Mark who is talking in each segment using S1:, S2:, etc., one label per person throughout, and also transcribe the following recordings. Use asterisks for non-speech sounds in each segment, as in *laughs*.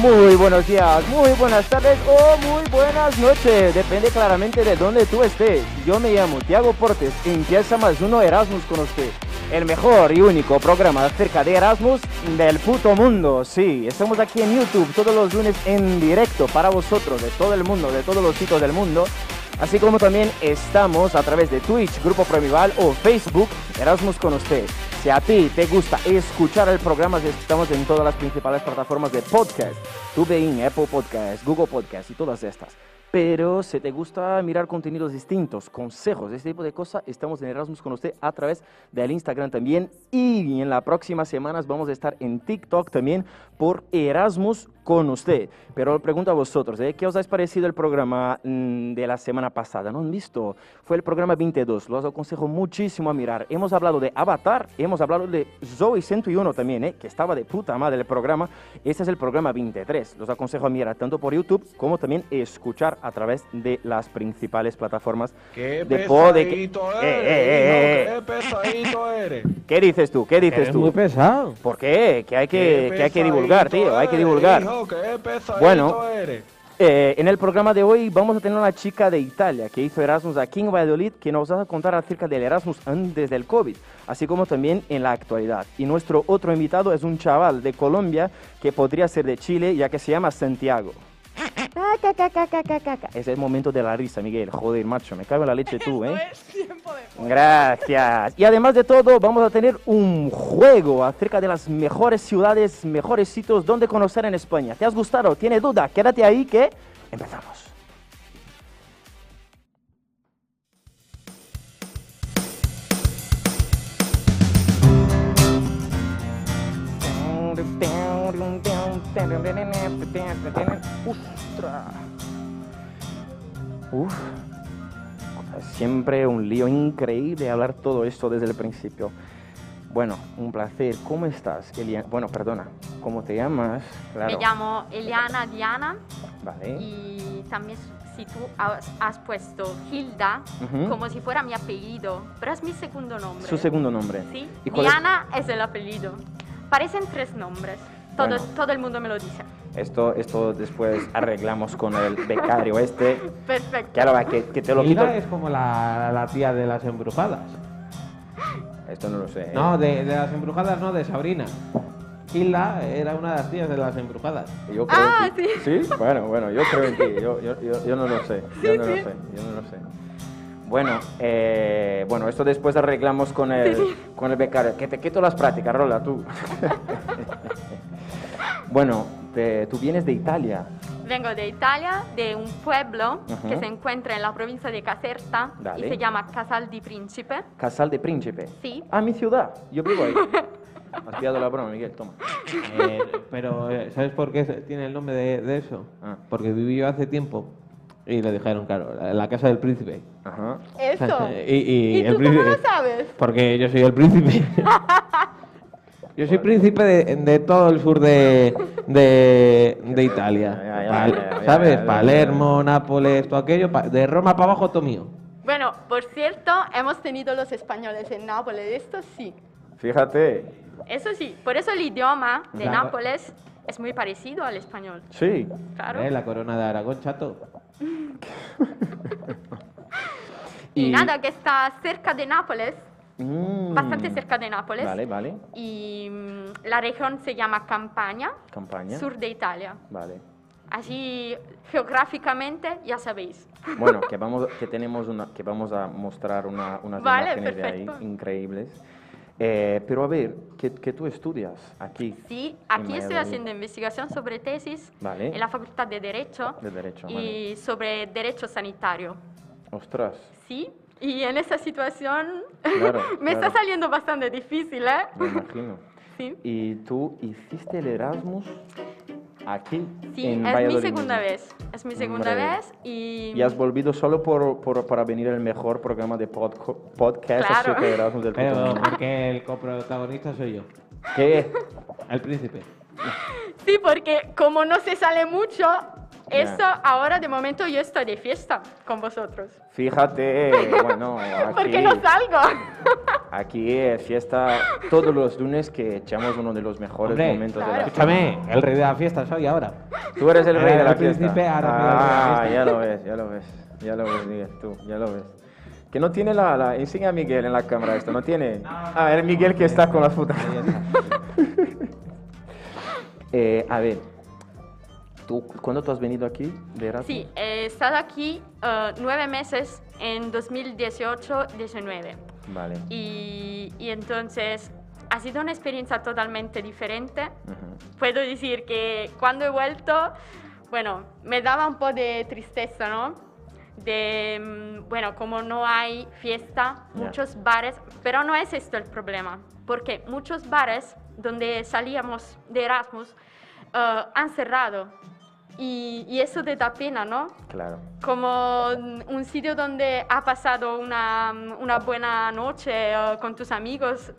S1: Muy buenos días, muy buenas tardes o muy buenas noches. Depende claramente de dónde tú estés. Yo me llamo Tiago Portes y empieza más uno Erasmus con usted. El mejor y único programa acerca de Erasmus del puto mundo. Sí, estamos aquí en YouTube todos los lunes en directo para vosotros de todo el mundo, de todos los sitios del mundo. Así como también estamos a través de Twitch, Grupo Promival o Facebook Erasmus con usted. Si a ti te gusta escuchar el programa, estamos en todas las principales plataformas de podcast. TubeIn, Apple Podcast, Google Podcast y todas estas. Pero si te gusta mirar contenidos distintos, consejos, este tipo de cosas, estamos en Erasmus con usted a través del Instagram también. Y en las próximas semanas vamos a estar en TikTok también por Erasmus con usted. Pero pregunto a vosotros, ¿eh? ¿qué os ha parecido el programa mm, de la semana pasada? ¿No han visto? Fue el programa 22, los aconsejo muchísimo a mirar. Hemos hablado de Avatar, hemos hablado de Zoe 101 también, ¿eh? que estaba de puta madre el programa. Este es el programa 23, los aconsejo a mirar tanto por YouTube como también escuchar a través de las principales plataformas
S2: Qué
S1: de poder. que-
S2: pesadito
S1: Eh, eh,
S2: eres,
S1: eh,
S2: hijo,
S1: eh.
S2: qué pesadito eres.
S1: ¿Qué *laughs* dices tú? ¿Qué dices
S3: Eres
S1: tú?
S3: muy pesado.
S1: ¿Por qué? Que hay que,
S2: Qué
S1: que hay que
S2: pesadito
S1: divulgar, tío, hay que
S2: eres,
S1: divulgar.
S2: hijo, qué pesadito
S1: Bueno.
S2: eres.
S1: Eh, en el programa de hoy vamos a tener una chica de Italia que hizo Erasmus aquí en Valladolid que nos va a contar acerca del Erasmus antes del COVID, así como también en la actualidad. Y nuestro otro invitado es un chaval de Colombia que podría ser de Chile ya que se llama Santiago.
S4: Ah, ca, ca, ca, ca, ca, ca, ca.
S1: Ese es el momento de la risa, Miguel. Joder, macho, me cago en la leche tú, ¿eh?
S5: es tiempo de
S1: Gracias. Y además de todo, vamos a tener un juego acerca de las mejores ciudades, mejores sitios donde conocer en España. ¿Te has gustado? ¿Tienes duda? Quédate ahí que empezamos. ¡Ostras! Uf. Siempre un lío increíble hablar todo esto desde el principio. Bueno, un placer. ¿Cómo estás, Eliana? Bueno, perdona. ¿Cómo te llamas? Claro.
S6: Me llamo Eliana Diana
S1: Vale.
S6: y también s- si tú has, has puesto Hilda
S1: Ujú.
S6: como si fuera mi apellido, pero es mi segundo nombre.
S1: Su segundo nombre.
S6: Sí,
S1: ¿Y cuál es?
S6: Diana es? el apellido. Parecen tres nombres. Todo,
S1: Bueno.
S6: todo el mundo me lo dice.
S1: Esto, esto después arreglamos con el becario este.
S6: Perfecto.
S1: Que ahora va, que, que te lo quito.
S3: Hilda es como la, la tía de las embrujadas.
S1: Esto no lo sé. ¿eh?
S3: No, de, de las embrujadas no, de Sabrina. Hilda era una de las tías de las embrujadas.
S1: *laughs* Yo creo
S6: Ah,
S1: en ti. sí. Bueno, bueno, yo creo en
S6: *laughs*
S1: ti. Yo, yo- yo- yo no lo sé. Yo no lo sé. Yo no lo sé. Bueno, eh, bueno, esto después arreglamos con el, con el becario. Que te quito las prácticas, Rola,
S6: *laughs*
S1: tú. bueno, te- tú vienes de Italia.
S6: Vengo de Italia, de un pueblo
S1: Ujú.
S6: que se encuentra en la provincia de Caserta
S1: Dale.
S6: y se llama Casal di Principe.
S1: Casal de Príncipe.
S6: Sí.
S1: Ah, mi ciudad. Yo vivo ahí. Has pillado la broma, Miguel. Toma.
S3: Eh, pero, eh, ¿sabes por qué se- tiene el nombre de, de eso?
S1: Ah.
S3: Porque vivió hace tiempo y le dijeron, claro, la, la casa del príncipe.
S1: Ajá. *laughs*
S5: Eso.
S1: Eh,
S3: y,
S5: ¿Y
S3: y el
S5: tú cómo
S3: príncipe-
S5: lo sabes?
S3: Porque yo soy el
S5: *laughs*
S3: príncipe. Yo soy príncipe de, de todo el sur de, de, de Italia.
S1: Ya, ya, ya,
S3: Pal-
S1: ya, ya,
S3: ¿Sabes?
S1: ya, ya.
S3: Palermo, Nápoles, todo aquello. pa- De Roma para abajo, todo mío.
S5: Bueno, por cierto, hemos tenido los españoles en Nápoles, esto sí.
S1: Fíjate.
S6: Eso sí, por eso el idioma de
S3: Claro.
S6: Nápoles es muy parecido al español.
S1: Sí.
S6: Claro.
S3: Eh, La corona de Aragón, chato.
S6: Y, nada, que está cerca de Nápoles,
S1: Mm.
S6: bastante cerca de Nápoles.
S1: Vale, vale.
S6: Y mm, la región se llama Campania,
S1: Campaña.
S6: sur de Italia.
S1: Vale.
S6: Así geográficamente ya sabéis.
S1: Bueno, que vamos, que tenemos una, que vamos a mostrar una, unas
S6: Vale,
S1: imágenes de ahí
S6: perfecto.
S1: increíbles. Eh, pero a ver, que, que tú estudias aquí
S6: Sí, aquí estoy
S1: Valladolid.
S6: haciendo investigación sobre tesis
S1: Vale.
S6: en la Facultad de Derecho
S1: de derecho, vale.
S6: y sobre derecho sanitario.
S1: Ostras.
S6: Sí, y en esa situación
S1: Claro,
S6: *laughs* me
S1: claro.
S6: está saliendo bastante difícil, ¿eh?
S1: Me imagino.
S6: Sí.
S1: ¿Y tú hiciste el Erasmus aquí
S6: Sí,
S1: en
S6: es mi
S1: Valladolid
S6: segunda
S1: mismo?
S6: vez. Es mi segunda
S1: Hombre.
S6: vez y...
S1: Y has volvido solo por, por- para venir al mejor programa de podco- podcast
S6: Claro.
S1: acerca de Erasmus del puto
S3: Pero
S1: mundo.
S3: porque el coprotagonista soy yo.
S1: ¿Qué?
S3: El príncipe.
S5: Sí, porque como no se sale mucho, eso
S1: Ya.
S5: ahora de momento yo estoy de fiesta con vosotros.
S6: *laughs*
S1: Fíjate, bueno, aquí. Ah,
S5: Porque no salgo.
S1: Aquí eh, fiesta todos los lunes que echamos uno de los mejores
S3: Hombre,
S1: momentos de la
S7: Claro.
S1: fiesta.
S3: Escúchame, el rey de la fiesta soy ahora.
S1: Tú eres el
S3: Era
S1: rey de
S3: el
S1: la
S3: príncipe
S1: fiesta.
S3: árabe de la
S1: Ah,
S3: fiesta.
S1: ya lo ves, ya lo ves. Ya lo ves, Miguel, tú, ya lo ves. Que no tiene la... la... Enseña a Miguel en la cámara esto, ¿no tiene? Ah, es Miguel que está con las putas. Eh, a ver, ¿tú, ¿cuándo tú has venido aquí de Erasmus?
S6: Sí, he estado aquí eh, nueve meses en 2018-19.
S1: Vale.
S6: Y, y entonces ha sido una experiencia totalmente diferente.
S1: Ujú.
S6: Puedo decir que cuando he vuelto, bueno, me daba un po' di tristeza, ¿no? De, mm, bueno, como no hay fiesta,
S1: Ya.
S6: muchos bares, pero no es esto el problema, porque muchos bares donde salíamos de Erasmus eh, han cerrado y, y eso te da pena, ¿no?
S1: Claro.
S6: como un sitio donde ha pasado una, mm, una buena noche eh, con tus amigos.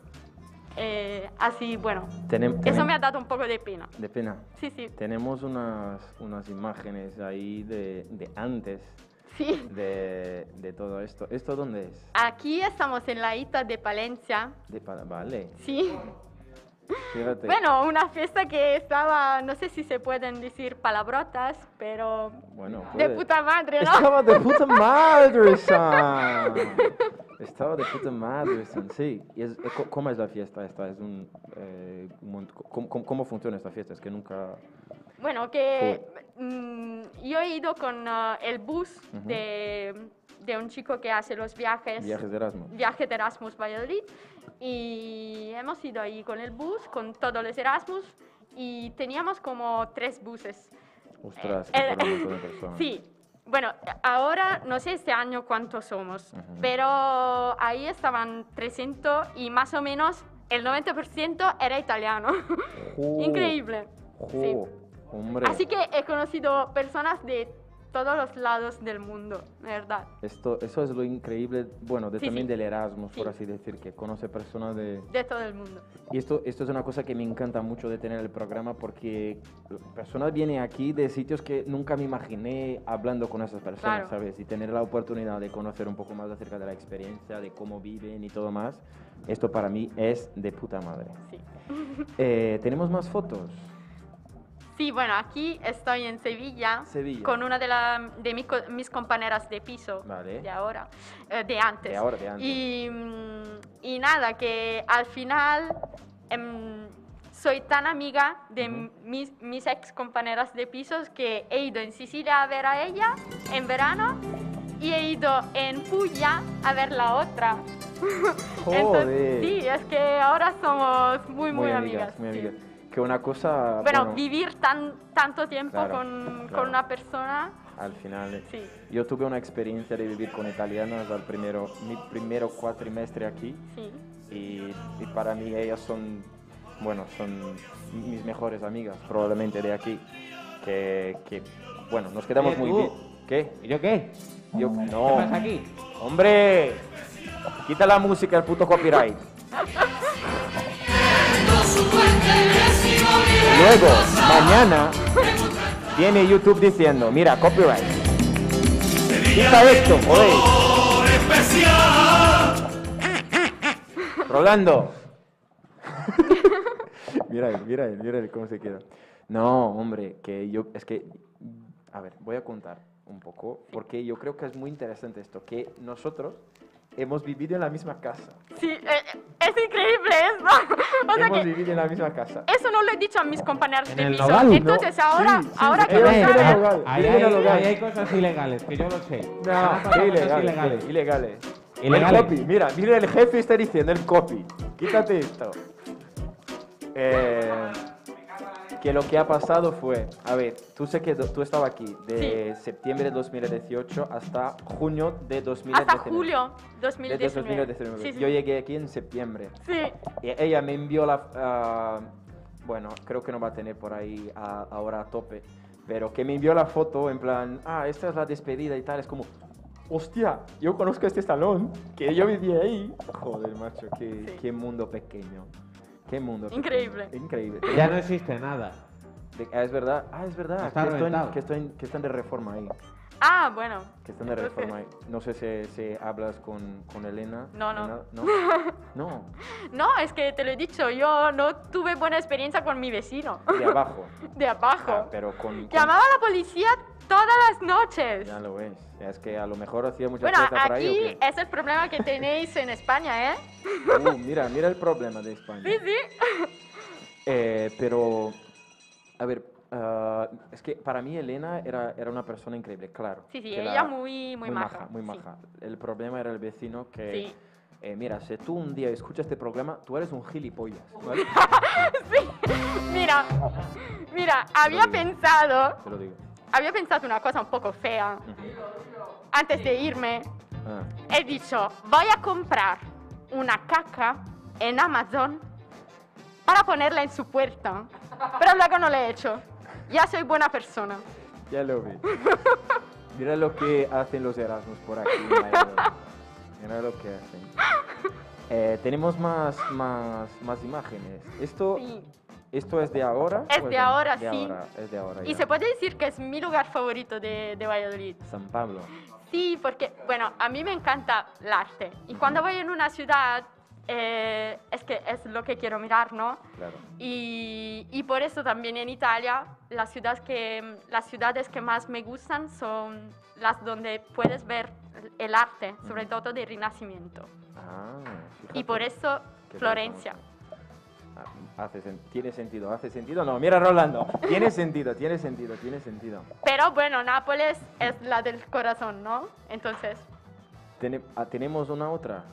S6: eh, así, bueno,
S1: Tenem-
S6: eso
S1: tenem-
S6: me ha dado un poco de pena.
S1: De pena.
S6: Sí, sí,
S1: Tenemos unas, unas imágenes ahí de, de antes
S7: Sí.
S1: de, de todo esto. ¿Esto dónde es?
S7: Aquí estamos en la Ita de Palencia.
S1: De Pa- vale,
S7: Sí.
S1: fíjate.
S7: Bueno, una fiesta que estaba, no sé si se pueden decir palabrotas, pero
S1: Bueno,
S7: de
S1: puede.
S7: puta madre, ¿no?
S1: Estaba de puta madre, San. Estaba de puta madre, San, sí. Y es- eh, co- ¿Cómo es la fiesta esta? Es un, eh, un mon- ¿cómo, cómo- cómo funciona esta fiesta? Es que nunca...
S6: Bueno, que mm, yo he ido con eh, el bus
S1: Ujú.
S6: de, de un chico que hace los viajes,
S1: Viajes de Erasmus.
S6: viaje de Erasmus Valladolid, y hemos ido ahí con el bus, con todos los Erasmus, y teníamos como tres buses.
S1: Ostras, que
S6: Eh,
S1: fueron un montón de personas.
S6: Sí, bueno, ahora no sé este año cuántos somos,
S1: Ujú.
S6: pero ahí estaban 300 y más o menos el 90% era italiano.
S1: Jo,
S6: *laughs* Increíble.
S1: jo, Uh, Hombre,
S6: Así que he conocido personas de todos los lados del mundo, de ¿verdad?
S1: esto, eso es lo increíble, bueno, de,
S6: Sí,
S1: también
S6: sí.
S1: del Erasmus, por
S6: Sí.
S1: así decir, que conoce personas de...
S6: De todo el mundo.
S1: Y esto, esto es una cosa que me encanta mucho de tener el programa porque personas vienen aquí de sitios que nunca me imaginé hablando con esas personas,
S6: Claro.
S1: ¿sabes? Y tener la oportunidad de conocer un poco más acerca de la experiencia, de cómo viven y todo más, esto para mí es de puta madre.
S6: Sí.
S1: Eh, Tenemos más fotos.
S6: Sí, bueno, aquí estoy en Sevilla,
S1: Sevilla.
S6: con una de, la- de mi co- mis compañeras de piso
S1: Vale.
S6: de ahora, eh, de antes.
S1: De ahora, de antes.
S6: Y, mm, y nada, que al final em, soy tan amiga de
S1: Ujú.
S6: mis, mis ex compañeras de pisos que he ido en Sicilia a ver a ella en verano y he ido en Puglia a ver la otra. Entonces,
S1: Joder.
S6: sí, es que ahora somos muy, muy, amigas.
S1: muy
S6: sí.
S1: amigas. Que una cosa...
S6: Bueno,
S1: bueno,
S6: vivir tan, tanto tiempo
S1: Claro,
S6: con, con
S1: claro.
S6: una persona,
S1: al final... eh,
S6: sí,
S1: Yo tuve una experiencia de vivir con italianas al primero, mi primero cuatrimestre aquí.
S6: sí.
S1: y, y para mí ellas son, bueno, son mis mejores amigas, probablemente de aquí, que, que, bueno, nos quedamos
S3: Eh,
S1: muy
S3: tú.
S1: bien. ¿Qué?
S3: ¿Y yo qué?
S1: Yo,
S3: ¿Qué
S1: no,
S3: pasa aquí?
S1: hombre, quita la música, el puto copyright. Luego, mañana, viene YouTube diciendo, mira, copyright. Quita esto, joder. Rolando. mira él, mira él, mira él cómo se queda. No, hombre, que yo, es que, a ver, voy a contar un poco, porque yo creo que es muy interesante esto, que nosotros hemos vivido en la misma casa.
S6: Sí, eh, eh, es increíble eso. *laughs* o sea
S1: hemos
S6: que Eh,
S1: vivido en la misma casa.
S6: eso no lo he dicho a mis compañeros
S3: En
S6: de
S3: el
S6: piso.
S3: Nogal, ¿no?
S6: Entonces ahora,
S1: Sí, sí,
S6: ahora
S1: sí,
S6: que lo
S1: sí, sí,
S6: saben,
S1: sí.
S3: ahí, ahí
S1: Viven en
S3: hay,
S1: el hogar.
S3: ahí hay cosas ilegales, que yo lo sé.
S1: No,
S3: Ah,
S1: qué
S3: cosas
S1: ilegales,
S3: ilegales.
S1: qué ilegales.
S3: Ilegales.
S1: El copy, mira, mira el jefe está diciendo el copy. Quítate esto. Eh, que lo que ha pasado fue, a ver, tú sé que do- tú estabas aquí de septiembre de 2018 hasta junio de 2019.
S6: hasta julio
S1: De
S6: 2019.
S1: 2019.
S6: Sí, sí,
S1: Yo llegué aquí en septiembre.
S6: sí.
S1: Y ella me envió la... ah, bueno, creo que no va a tener por ahí a- ahora a tope. Pero que me envió la foto en plan, ah, esta es la despedida y tal. Es como, hostia, yo conozco este salón, que yo viví ahí. Joder, macho, qué,
S6: Sí.
S1: qué mundo pequeño. Qué mundo pequeño.
S6: Increíble.
S1: Increíble.
S3: Ya no existe nada.
S1: De- ah, es verdad, ah, es verdad.
S3: Está
S1: que, estoy en-
S3: reventado.
S1: que estoy en- que están de reforma ahí.
S6: Ah, bueno.
S1: que están de
S6: Entonces-
S1: reforma. No sé si, si hablas con, con Elena.
S6: No, no.
S1: Elena,
S6: *laughs*
S1: No. No,
S6: No, es que te lo he dicho, yo no tuve buena experiencia con mi vecino
S1: de
S6: *laughs*
S1: abajo.
S6: de
S1: Ah,
S6: abajo.
S1: pero con, con-
S6: Llamaba a la policía todas las noches.
S1: Ya lo ves. Es que a lo mejor hacía mucha
S6: Bueno,
S1: fiesta por ahí.
S6: aquí es el problema que tenéis en España, ¿eh?
S1: ¿o qué? Uh, mira, mira el problema de España.
S6: Sí, sí.
S1: Eh, pero, a ver, ah, es que para mí Elena era, era una persona increíble, claro.
S6: Sí, sí,
S1: que
S6: ella
S1: la-
S6: muy, muy, maja.
S1: Muy
S6: sí.
S1: maja. El problema era el vecino que...
S6: Sí.
S1: eh, mira, si tú un día escuchas este programa, tú eres un gilipollas,
S6: *laughs*
S1: ¿vale?
S6: Mira, mira, había
S1: digo.
S6: pensado,
S1: Te lo digo.
S6: había pensado una cosa un poco fea
S1: Ujú.
S6: antes de irme.
S1: Ah,
S6: He dicho, voy e a comprar una caca en Amazon para ponerla en su puerta. Pero luego no la he hecho. Ya soy buena persona.
S1: ya lo
S6: *laughs*
S1: vi. Mira lo que hacen los Erasmus por
S6: *laughs*
S1: aquí. madre mía. Mira lo que hacen. Eh, tenemos más, más, más imágenes. ¿Esto,
S6: Sí.
S1: ¿Esto es de ahora?
S6: Es
S1: o
S6: de ahora,
S1: de
S6: sí.
S1: ahora, es de ahora.
S6: Y
S1: ya.
S6: se puede decir que es mi lugar favorito de, de Valladolid.
S1: San Pablo.
S6: Sí, porque, bueno, a mí me encanta el arte. Y cuando voy en una ciudad, eh, es que es lo que quiero mirar, ¿no?
S1: Claro.
S6: Y, y por eso también en Italia las ciudades, que, las ciudades que más me gustan son las donde puedes ver el arte, sobre todo del Renacimiento.
S1: Ah,
S6: Y por
S1: fíjate.
S6: eso
S1: Qué
S6: Florencia.
S1: vergüenza. Ah, Hace sen- tiene sentido, hace sentido. No, mira Rolando,
S6: *laughs*
S1: tiene sentido, tiene sentido, tiene sentido.
S6: Pero bueno, Nápoles es la del corazón, ¿no? Entonces,
S1: Tene- ah, tenemos una otra.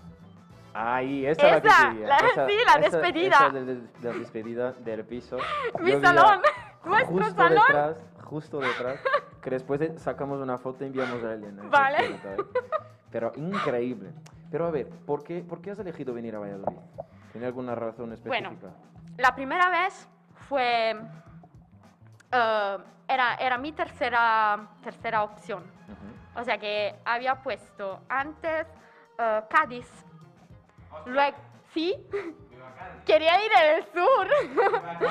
S1: Ahí, esa, es la
S6: Esa,
S1: que quería,
S6: la- sí, la
S1: esa-
S6: despedida.
S1: esa de- de- la despedida del
S6: *laughs*
S1: piso.
S6: mi
S1: Yo vi la-
S6: salón, *laughs* nuestro
S1: Justo
S6: salón.
S1: detrás, justo detrás. Que después de- sacamos una foto y enviamos a Elena.
S6: Vale.
S1: Entonces, Pero increíble. Pero a ver, ¿por qué, ¿por qué has elegido venir a Valladolid? ¿Tiene alguna razón específica?
S6: Bueno. La primera vez fue... eh, era, era mi tercera, tercera opción.
S1: Ujú.
S6: O sea que había puesto antes eh, Cádiz. Luego, sí, *laughs* quería ir al sur.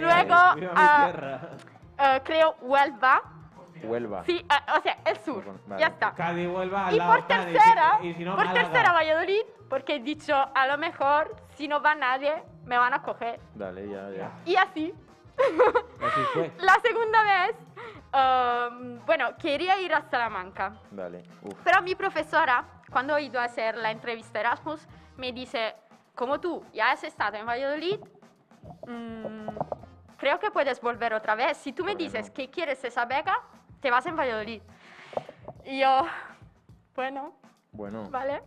S6: *laughs* Luego,
S3: Viva
S6: ah,
S3: mi tierra.
S6: eh, creo Huelva.
S1: Huelva.
S6: Sí, ah, o sea, el sur.
S1: Vale.
S6: Ya está.
S3: Cádiz vuelva al
S6: Y
S3: lado,
S6: por
S3: Cádiz,
S6: tercera,
S3: y si no,
S6: por
S3: Málaga.
S6: tercera Valladolid, porque he dicho, a lo mejor, si no va nadie, me van a coger.
S1: Dale, ya, ya.
S6: Y así,
S3: Así fue.
S6: la segunda vez, ehm, bueno, quería ir a Salamanca.
S1: Dale. Uf.
S6: Pero mi profesora, cuando he ido a hacer la entrevista Erasmus, me dice, como tú ya has estado en Valladolid, mm, creo que puedes volver otra vez. Si tú me
S1: ¿Por qué
S6: dices
S1: no?
S6: que quieres esa beca, te vas en Valladolid. Y yo, bueno,
S1: Bueno.
S6: vale.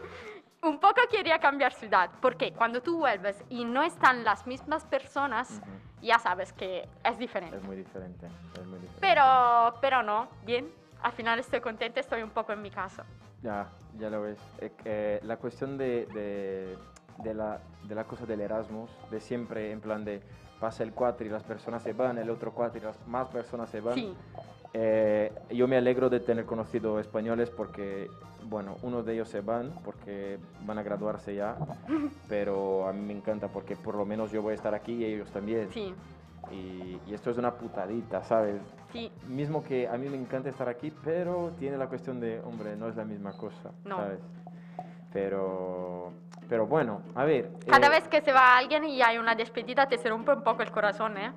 S6: *laughs* Un poco quería cambiar ciudad, porque cuando tú vuelves y no están las mismas personas,
S1: Ujú.
S6: ya sabes que es diferente.
S1: Es muy diferente. Es muy diferente.
S6: Pero, pero no, bien. Al final estoy contenta, estoy un poco en mi casa.
S1: Ya, ya lo ves. Eh, eh, la cuestión de, de, de la, de la cosa del Erasmus, de siempre en plan de pasa el cuatri y las personas se van, el otro cuatri y las más personas se van.
S6: Sí.
S1: Eh, yo me alegro de tener conocido españoles porque, bueno, uno de ellos se van porque van a graduarse
S6: *laughs*
S1: ya, pero a mí me encanta porque por lo menos yo voy a estar aquí y ellos también.
S6: Sí,
S1: Y, y esto es una putadita, ¿sabes?
S6: sí,
S1: Mismo que a mí me encanta estar aquí, pero tiene la cuestión de, hombre, no es la misma cosa,
S6: No.
S1: ¿sabes? Pero, pero bueno, a ver.
S6: Cada
S1: eh,
S6: vez que se va alguien y hay una despedida te se rompe un poco el corazón, ¿eh?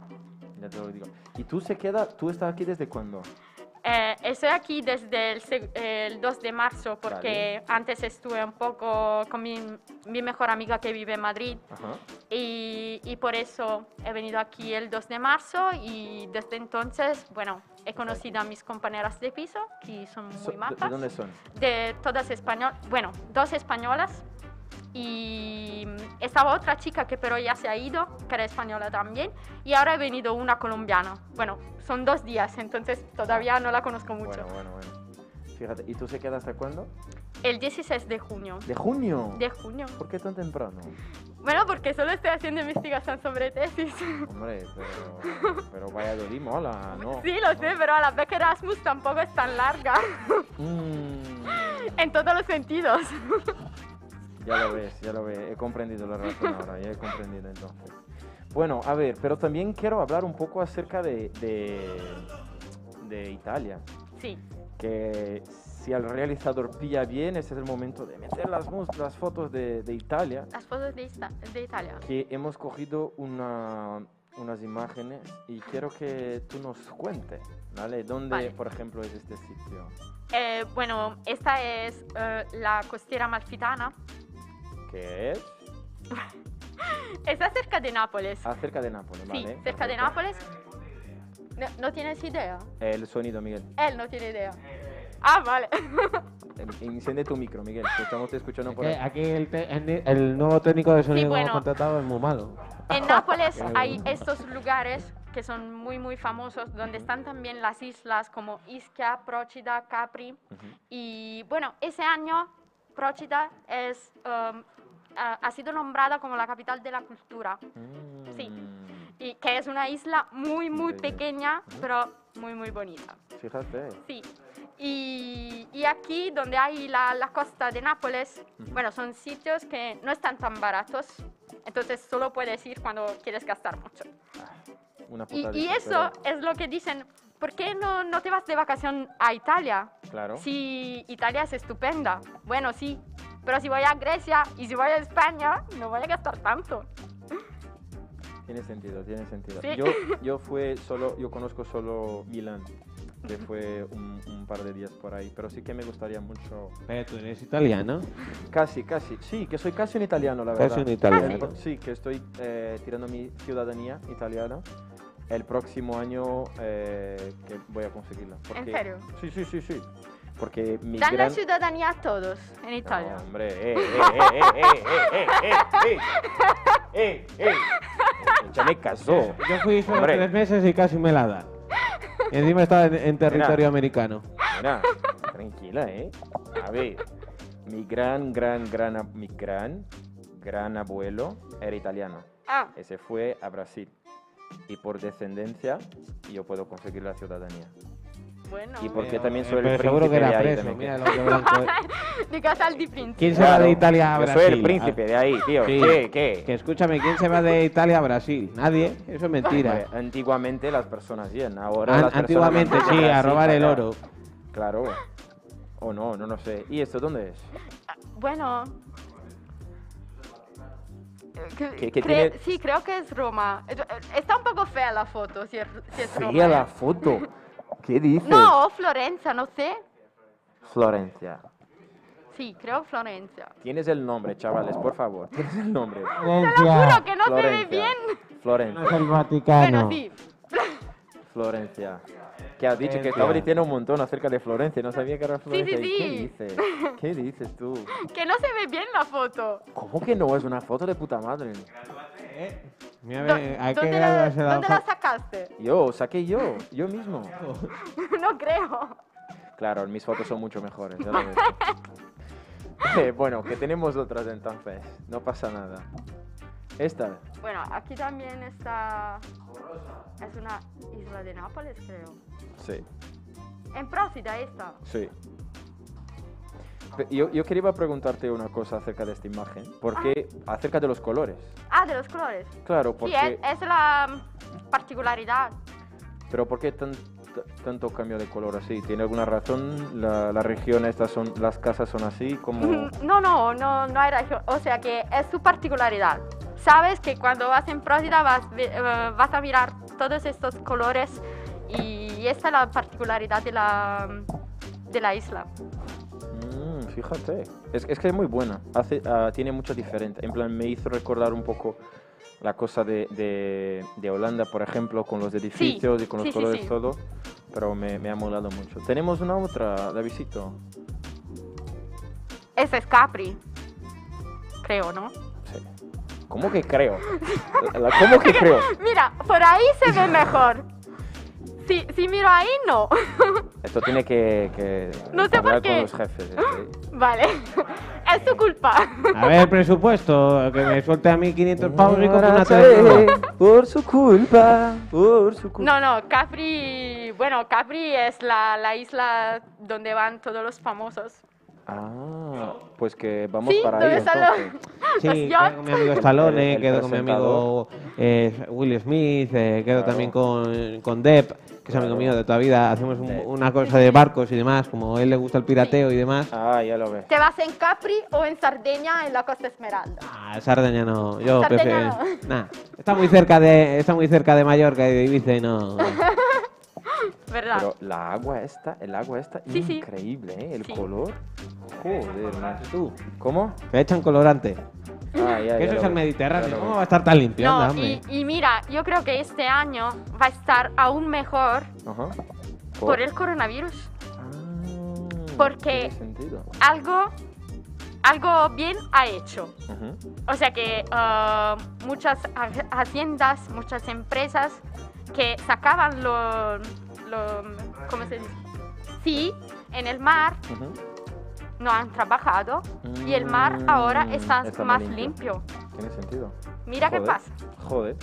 S1: Ya te lo digo. ¿Y tú se queda, tú estás aquí desde cuándo?
S6: Eh, estoy aquí desde el, seg- el 2 de marzo porque antes estuve un poco con mi, mi mejor amiga que vive en Madrid
S1: Ajá.
S6: y, y por eso he venido aquí el 2 de marzo y desde entonces, bueno, he conocido a mis compañeras de piso que son
S1: So-
S6: muy
S1: ¿de-
S6: majas.
S1: ¿De dónde son?
S6: de todas españolas, bueno, dos españolas y mm, estaba otra chica que pero ya se ha ido, que era española también, y ahora ha venido una colombiana. Bueno, son dos días, entonces todavía no la conozco mucho.
S1: Bueno, bueno, bueno. Fíjate, ¿y tú se queda hasta cuándo?
S6: El 16 de junio.
S1: ¿De junio?
S6: De junio.
S1: ¿Por qué tan
S6: *laughs*
S1: temprano?
S6: Bueno, porque solo estoy haciendo investigación sobre tesis.
S1: Hombre, pero, pero Valladolid mola, Ah, ¿no?
S6: Sí, lo sé, pero la beca Erasmus tampoco es tan larga, *laughs*
S1: Mm.
S6: en todos los sentidos.
S1: Ya lo ves, ya lo ves. He comprendido la razón ahora, ya he comprendido entonces. Bueno, a ver, pero también quiero hablar un poco acerca de, de, de Italia.
S6: Sí,
S1: que si el realizador pilla bien, este es el momento de meter las, mus- las fotos de, de Italia,
S6: Las fotos de, Ista- de Italia.
S1: que hemos cogido una- unas imágenes y quiero que tú nos cuentes, ¿vale? ¿Dónde,
S6: Vale.
S1: por ejemplo, es este sitio?
S6: Eh, bueno, esta es eh, la costiera malfitana.
S1: Que es
S6: Está cerca de Nápoles.
S1: acerca de Nápoles,
S6: sí,
S1: Ah, ¿vale?
S6: cerca de
S1: Perfecto.
S6: Nápoles. No, no tienes idea?
S1: El sonido, Miguel.
S6: Él no tiene idea. Ah, vale.
S1: Eh, Enciende tu micro, Miguel, que estamos te escuchando por
S3: Que
S1: ahí.
S3: aquí el, te- el- el nuevo técnico de sonido que
S6: bueno.
S3: hemos contratado es muy malo.
S1: *laughs*
S6: En Nápoles
S3: Qué
S6: hay
S3: bueno.
S6: estos lugares que son muy muy famosos, donde están también las islas como Ischia, Procida, Capri.
S1: Ujú.
S6: Y bueno, ese año Procida es, um, ha ha sido nombrada como la capital de la cultura, Sí.
S1: Mm,
S6: y que es una isla muy muy
S1: Increíble.
S6: pequeña,
S1: Ujú.
S6: pero muy muy bonita.
S1: Fíjate.
S6: Sí. Y, y aquí donde hay la, la costa de Nápoles,
S1: Ujú.
S6: bueno, son sitios que no están tan baratos, entonces solo puedes ir cuando quieres gastar mucho.
S1: Una puta
S6: Y, y
S1: dicha,
S6: eso es lo que dicen, ¿por qué no, no te vas de vacación a Italia?
S1: pero- Claro.
S6: Si Italia es estupenda, bueno, sí, pero si voy a Grecia y si voy a España, no voy a gastar tanto.
S1: Tiene sentido, tiene sentido.
S6: Sí. *laughs*
S1: Yo, yo fue solo, yo conozco solo Milán, que fue un, un par de días por ahí, pero sí que me gustaría mucho.
S3: Pero tú eres italiano.
S1: Casi, casi, sí, que soy casi un italiano, la verdad.
S3: Casi un italiano.
S1: Ento- Sí, que estoy eh, tirando mi ciudadanía italiana. El próximo año eh, que voy a conseguirla. porque-
S6: serio?
S1: Sí, sí, sí, sí. Porque mi
S6: Dan la
S1: gran-
S6: ciudadanía a todos en
S1: No,
S6: Italia.
S1: hombre, eh, eh, eh, eh, eh, eh, eh, eh, eh, eh, eh. Ya me casó.
S3: Yo fui solo
S1: Hombre.
S3: tres meses y casi me la da. Y encima estaba en, en territorio
S1: Mira.
S3: americano.
S1: Mira, tranquila, ¿eh? A ver, mi gran, gran, gran, ab- mi gran, gran abuelo era italiano.
S6: Ah,
S1: Ese fue a Brasil. Y por descendencia, yo puedo conseguir la ciudadanía.
S6: bueno.
S1: Y por- Porque
S3: Pero-
S1: también soy el
S3: pero seguro que
S1: príncipe
S3: era
S1: de ahí
S3: preso.
S1: también,
S3: Mira
S1: que-
S3: lo que blanco es.
S6: *laughs* De Casaldi Príncipe.
S3: ¿Quién se va de Italia a
S1: yo
S3: Brasil?
S1: soy el príncipe de ahí, tío.
S3: Sí.
S1: ¿Qué?
S3: Ah,
S1: ¿Qué?
S3: Que escúchame, ¿quién se va de Italia a Brasil? Nadie. Eso es
S1: Vale,
S3: mentira.
S1: Pues, Antiguamente las personas iban, ahora
S3: An-
S1: las personas
S3: antiguamente
S1: van
S3: sí,
S1: Brasil
S3: a robar el
S1: para-
S3: oro.
S1: Claro. O no, no lo sé. ¿Y esto dónde es?
S6: Bueno. Cre-
S1: Que- que
S6: cre-
S1: tiene-
S6: Sí, creo que es Roma. Eh, Está un poco fea la foto, si es, si es Roma.
S1: Fría
S6: ¿eh?
S1: la
S6: *laughs*
S1: foto. ¿Qué dices?
S6: No, Florencia, no sé.
S1: Florencia.
S6: Sí, creo Florencia.
S1: Tienes el nombre, chavales, por favor. *laughs* Tienes el
S6: *laughs*
S1: nombre.
S6: Juro que no se ve
S1: Florencia.
S6: bien.
S1: Florencia.
S3: el
S6: Bueno,
S3: Vaticano.
S6: sí.
S1: Florencia. Que has dicho que
S3: Florencia.
S1: estaba diciendo un montón acerca de Florencia. No sabía que era Florencia.
S6: sí,
S1: ¿Y ¿Qué
S6: sí. *laughs*
S1: dices? ¿Qué dices tú?
S6: Que no se ve bien la foto.
S1: ¿Cómo que no? Es una foto de puta madre.
S3: Mira,
S6: Do-
S3: a ver, ¿a qué
S6: ¿Dónde,
S3: grado
S6: la,
S3: se da
S6: dónde la sacaste? *laughs*
S1: Yo, saqué yo. Yo mismo.
S6: no creo.
S1: Claro, mis fotos son mucho mejores. ya lo *laughs* ves. Eh, bueno, que tenemos otras entonces. No pasa nada. Esta.
S6: Bueno, aquí también está... Es una isla de Nápoles, creo.
S1: Sí.
S6: En Prósida esta.
S1: Sí. Pe- Yo, yo quería preguntarte una cosa acerca de esta imagen, porque acerca de los colores.
S6: Ah, de los colores.
S1: Claro,
S6: Sí, eh,
S1: porque,
S6: es, es la mm, particularidad.
S1: pero ¿por qué tan- t- tanto cambio de color así? ¿Tiene alguna razón? La, la región, estas son, las casas son así,
S6: *laughs*
S1: como...
S6: No, no, no, no hay región. O sea que es su particularidad. Sabes que cuando vas en Prósida vas, ve- eh, vas a mirar todos estos colores y esta es la particularidad de la, de la isla.
S1: Mm, fíjate, es, es que es muy buena, Hace, ah, tiene mucha diferencia. En plan, me hizo recordar un poco la cosa de, de- de Holanda, por ejemplo, con los edificios y con los
S6: sí, sí,
S1: colores
S6: sí.
S1: todo, pero me, me ha molado mucho. Tenemos una otra, Davidito.
S6: Ese es Capri, creo,
S1: *laughs*
S6: ¿no?
S1: Sí. ¿Cómo que
S6: *laughs*
S1: creo? La- la- ¿Cómo que creo?
S6: Mira, por ahí se
S1: *laughs*
S6: ve mejor. Si, si miro ahí, no. *laughs*
S1: Esto tiene que, que
S6: No sé por
S1: hablar
S6: qué.
S1: con los jefes. este.
S6: Vale, *laughs* es su culpa.
S3: A ver, presupuesto. Que me suelte a mí 500 pavos y compro una
S1: Araceli,
S3: tele.
S1: Por su culpa, por su culpa.
S6: No, no, Capri, bueno, Capri es la, la isla donde van todos los famosos.
S1: Ah, pues que vamos
S6: sí,
S1: para
S6: ¿dónde
S1: ahí
S6: están los-
S1: entonces.
S3: Sí,
S6: los
S3: quedo
S6: yachts?
S3: con mi amigo Stallone,
S1: El- el
S3: quedo con mi amigo eh, Will Smith, eh, quedo
S1: Claro.
S3: también con, con Depp. que es amigo mío de toda vida, hacemos un-
S1: Sí.
S3: una cosa de barcos y demás, como a él le gusta el pirateo y demás.
S1: Ah, ya lo ve.
S8: ¿Te vas en Capri o en Sardegna en la Costa Esmeralda?
S3: Ah, Sardeña no, yo
S8: Sardeña
S3: prefiero. Nah, está muy cerca de, está muy cerca de Mallorca y de Ibiza
S6: *laughs*
S3: y no.
S6: ¿verdad?
S1: Pero la agua esta, el agua esta,
S6: Sí, sí.
S1: increíble, ¿eh? El
S6: Sí. Mm.
S1: color. Joder, Nacho.
S3: Tú,
S1: ¿Cómo?
S3: que echan colorante.
S1: Ah, ya,
S3: Que
S1: ya lo
S3: eso es el
S1: ve. Ya
S3: Mediterráneo.
S1: lo
S3: ¿Cómo
S1: ve.
S3: va a estar tan limpio? Anda,
S6: No, y,
S3: hombre.
S6: y mira, yo creo que este año va a estar aún mejor
S1: Ajá. Oh.
S6: por el coronavirus.
S1: Ah,
S6: Porque-
S1: tiene sentido.
S6: Algo, algo bien ha hecho.
S1: Ujú.
S6: O sea que ah, muchas ha- haciendas, muchas empresas que sacaban lo, lo- ¿Cómo se dice? Sí, en el mar
S1: Ujú.
S6: no han trabajado y el mar ahora está,
S1: Mm, está más
S6: más
S1: limpio.
S6: limpio.
S1: Tiene sentido.
S6: Mira qué
S1: Joder.
S6: pasa.
S1: Joder,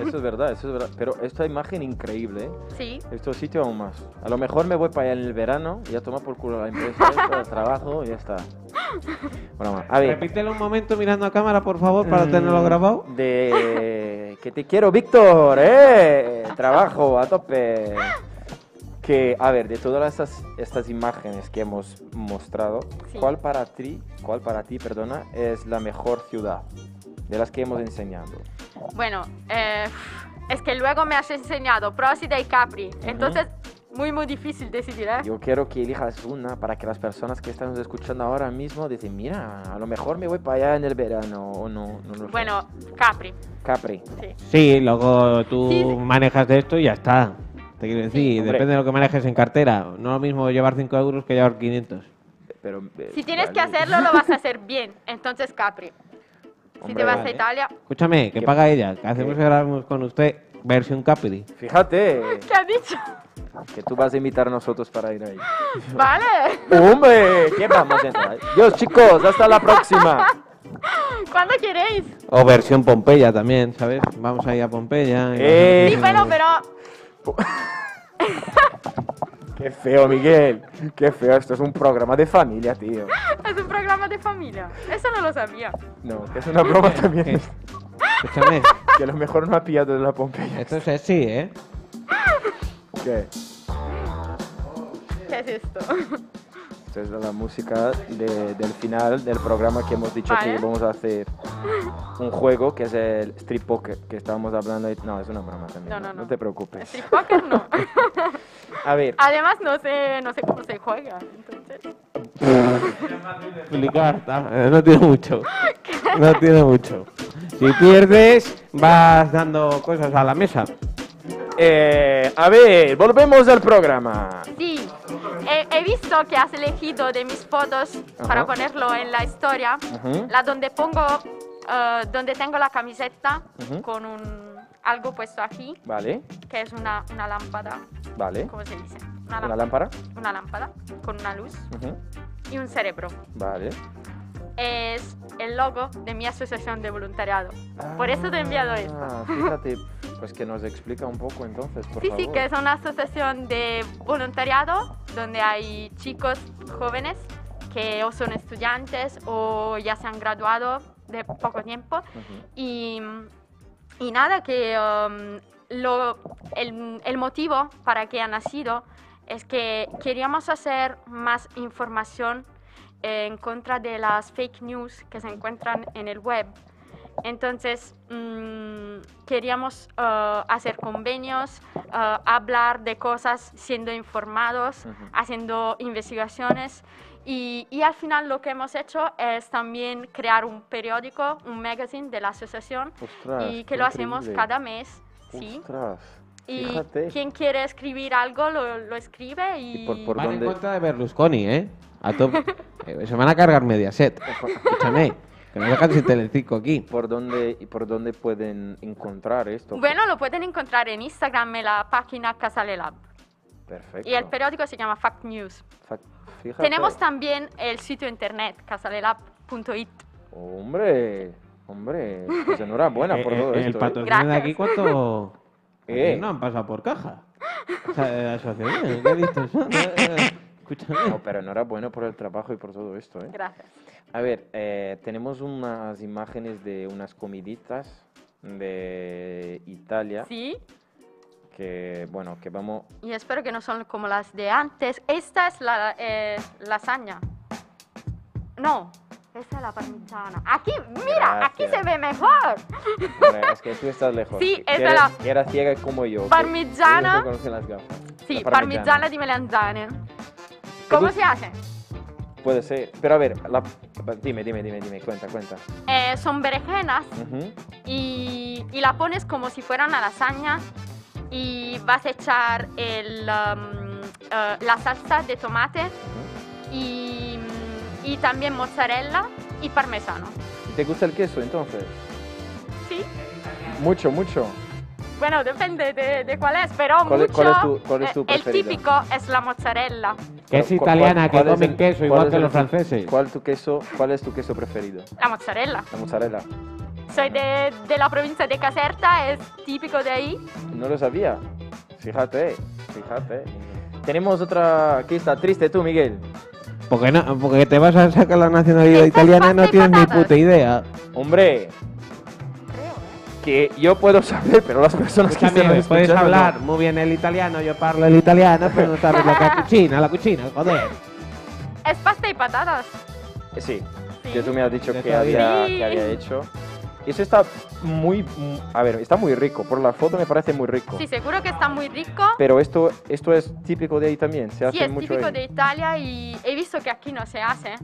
S1: eso es verdad, eso es verdad. Pero esta imagen increíble, ¿eh?
S6: Sí,
S1: Estos sitios aún más. A lo mejor me voy para allá en el verano y a tomar por culo la empresa, esta, el trabajo y ya está. Broma. A ver.
S3: Repítelo un momento mirando a cámara, por favor, para tenerlo
S1: Mm,
S3: grabado.
S1: De... Que te quiero, Víctor, ¿eh? Trabajo a tope. Que, a ver, de todas estas, estas imágenes que hemos mostrado,
S6: Sí.
S1: ¿cuál para ti, cuál para ti, perdona, es la mejor ciudad de las que hemos enseñado?
S6: bueno, eh, es que luego me has enseñado Prósida y Capri. Entonces, muy, muy difícil decidir, ¿eh?
S1: Yo quiero que elijas una para que las personas que están escuchando ahora mismo dicen, mira, a lo mejor me voy para allá en el verano o no. no lo sé".
S6: Bueno, Capri.
S1: Capri.
S3: Sí, luego tú
S6: Sí, sí.
S3: manejas de esto y ya está. Te quiero decir,
S1: Hombre.
S3: depende de lo que manejes en cartera. No es lo mismo llevar 5 euros que llevar 500.
S1: Pero, eh,
S6: Si tienes que
S1: vale.
S6: hacerlo, lo vas a hacer bien. Entonces, Capri. Si
S1: Hombre,
S6: te vas
S1: vale.
S6: a Italia,
S3: Escúchame, que
S1: ¿Qué?
S3: paga ella, que hacemos
S1: ¿Qué?
S3: Erasmus con usted, versión Capri.
S1: Fíjate
S6: ¿qué has
S1: *laughs*
S6: dicho?
S1: que tú vas a invitar a nosotros para ir ahí.
S6: Vale.
S1: ¡Hombre! ¿Qué vamos a entrar? Dios, chicos, hasta la próxima.
S6: ¿Cuándo queréis?
S3: O versión Pompeya también, ¿sabes? Vamos ahí a Pompeya. y
S1: Eh.
S6: Sí,
S3: vamos a-
S6: bueno, pero
S1: Qué feo, Miguel. Qué feo. Esto es un programa de familia, tío.
S6: es un programa de familia. Eso no lo sabía.
S1: No, es que es una broma también.
S3: Escúchame,
S1: Que a lo mejor no ha pillado de la Pompeya.
S3: esto es así, ¿eh?
S1: ¿Qué?
S6: ¿Qué es esto?
S1: Pues.
S6: *laughs*
S1: Esta es la música de- del final del programa que hemos dicho
S6: Vale.
S1: que vamos a hacer un juego que es el strip poker que estábamos hablando. ahí. No, es una broma también.
S6: No,
S1: No,
S6: no, no.
S1: no te preocupes.
S6: Street Poker no.
S1: A ver,
S6: Además, no sé, no sé cómo se juega. Entonces,
S3: Explicar, está- eh, no tiene mucho. No tiene mucho. Si pierdes, vas dando cosas a la mesa.
S1: eh, a ver, volvemos al programa.
S6: sí, he, he visto que has elegido de mis fotos para
S1: Ajá.
S6: ponerlo en la historia,
S1: Ujú.
S6: la donde pongo, eh, donde tengo la camiseta
S1: Ujú.
S6: con un, algo puesto aquí,
S1: Vale,
S6: que es una, una lámpara,
S1: vale.
S6: ¿cómo se dice? Una
S1: Una
S6: lámpara,
S1: lámpara.
S6: una lámpara con una luz
S1: Ujú.
S6: y un cerebro.
S1: Vale.
S6: es el logo de mi asociación de voluntariado. Por eso te he enviado esto.
S1: Ah, fíjate, pues que nos explica un poco entonces, por
S6: Sí,
S1: favor.
S6: sí, que es una asociación de voluntariado donde hay chicos jóvenes que o son estudiantes o ya se han graduado de poco tiempo
S1: Ujú.
S6: y, y nada, que um, lo- el, el motivo para que ha nacido es que queríamos hacer más información en contra de las fake news que se encuentran en el web. Entonces, mm, queríamos eh, hacer convenios, eh, hablar de cosas siendo informados,
S1: Ujú.
S6: haciendo investigaciones y, y al final lo que hemos hecho es también crear un periódico, un magazine de la asociación
S1: Ostras, Ah,
S6: y
S1: qué
S6: que lo hacemos
S1: increíble.
S6: cada mes, ¿sí?
S1: Ostras,
S6: Y
S1: fíjate.
S6: quien quiere escribir algo lo, lo escribe y...
S1: Y por- por-
S3: Van
S1: dónde?
S3: en contra de Berlusconi, ¿eh? A tope. Eh, se van a cargar Mediaset. Escúchame, que nos dejan sin Telecinco aquí.
S1: ¿Por dónde, y ¿Por dónde pueden encontrar esto?
S6: Bueno, lo pueden encontrar en Instagram en la página Casale Lab
S1: Perfecto.
S6: y el periódico se llama Fact News.
S1: Fa- Fíjate.
S6: Tenemos también el sitio internet casalelab.it.
S1: Hombre, hombre, pues enhorabuena
S3: *laughs* Eh,
S1: por
S3: eh,
S1: todo
S3: el
S1: esto. ¿eh?
S3: patrocinio de
S6: Gracias.
S3: aquí, ¿cuánto?
S1: Eh.
S3: Aquí No han pasado por caja. O sea, de la asociación, ¿qué listos son? Eh, eh, Escúchame.
S1: No, pero enhorabuena por el trabajo y por todo esto. ¿eh?
S6: Gracias.
S1: A ver, eh, tenemos unas imágenes de unas comiditas de Italia
S6: Sí,
S1: que, bueno, que vamos...
S6: Y espero que no son como las de antes. Esta es la eh, lasaña. No, esta es la parmigiana. Aquí, mira, aquí
S1: Gracias.
S6: se ve mejor.
S1: Bueno, es que tú estás lejos.
S6: Sí,
S1: Que
S6: es
S1: eres-
S6: la-
S1: que eras ciega como yo. que-
S6: Parmigiana.
S1: que No conocen las gafas.
S6: Sí,
S1: La
S6: parmigiana di melanzane. ¿Cómo se hace?
S1: Puede ser. Pero a ver, la- dime, dime, dime, dime. Cuenta, cuenta.
S6: Eh, son berenjenas
S1: Ujú.
S6: y, y la pones como si fuera una lasaña y vas a echar el, um, eh, la salsa de tomate y, mm, y también mozzarella y parmesano.
S1: ¿Y ¿Te gusta el queso entonces?
S6: Sí,
S1: Mucho, mucho.
S6: bueno, depende de, de cuál es, pero
S1: ¿Cuál es-
S6: mucho...
S1: cuál es tu- cuál es tu
S6: eh, el
S1: preferido?
S6: típico es la mozzarella.
S1: Pero,
S9: Que es
S1: ¿cu-
S9: italiana,
S1: cuál-
S9: que
S1: cuál es
S9: comen
S1: el-
S9: queso
S1: cuál
S9: igual
S1: es
S9: que
S1: el-
S9: los franceses.
S1: ¿Cuál, tu queso, ¿Cuál es tu queso preferido?
S6: La mozzarella.
S1: La mozzarella.
S6: Soy de, de la provincia de Caserta, es típico de ahí.
S1: No lo sabía. Fíjate, fíjate. Tenemos otra... Aquí está triste tú, Miguel.
S3: Porque, no, porque te vas a sacar la nacionalidad
S6: Esa es
S3: italiana y
S6: pasta
S3: no
S6: y
S3: tienes ni
S6: patatas.
S3: puta idea.
S1: Hombre,
S6: Creo,
S1: que yo puedo saber, pero las personas que están
S3: Escúchame, puedes
S1: escuchando no.
S3: hablar muy bien el italiano, yo parlo el italiano, pero no sabes la capuchina, la cuchina, joder.
S6: ¿eh? Es pasta y patatas.
S1: Eh, Sí,
S6: Sí.
S1: que tú me has dicho
S3: De
S1: que
S3: toda
S1: había,
S6: vida.
S1: que había hecho. Eso está muy... mm, A ver, está muy rico. Por la foto me parece muy rico.
S6: Sí, seguro que está muy rico.
S1: Pero esto, esto es típico de ahí también. Se
S6: Sí,
S1: hace
S6: es
S1: mucho
S6: típico
S1: ahí.
S6: de Italia y he visto que aquí no se hace,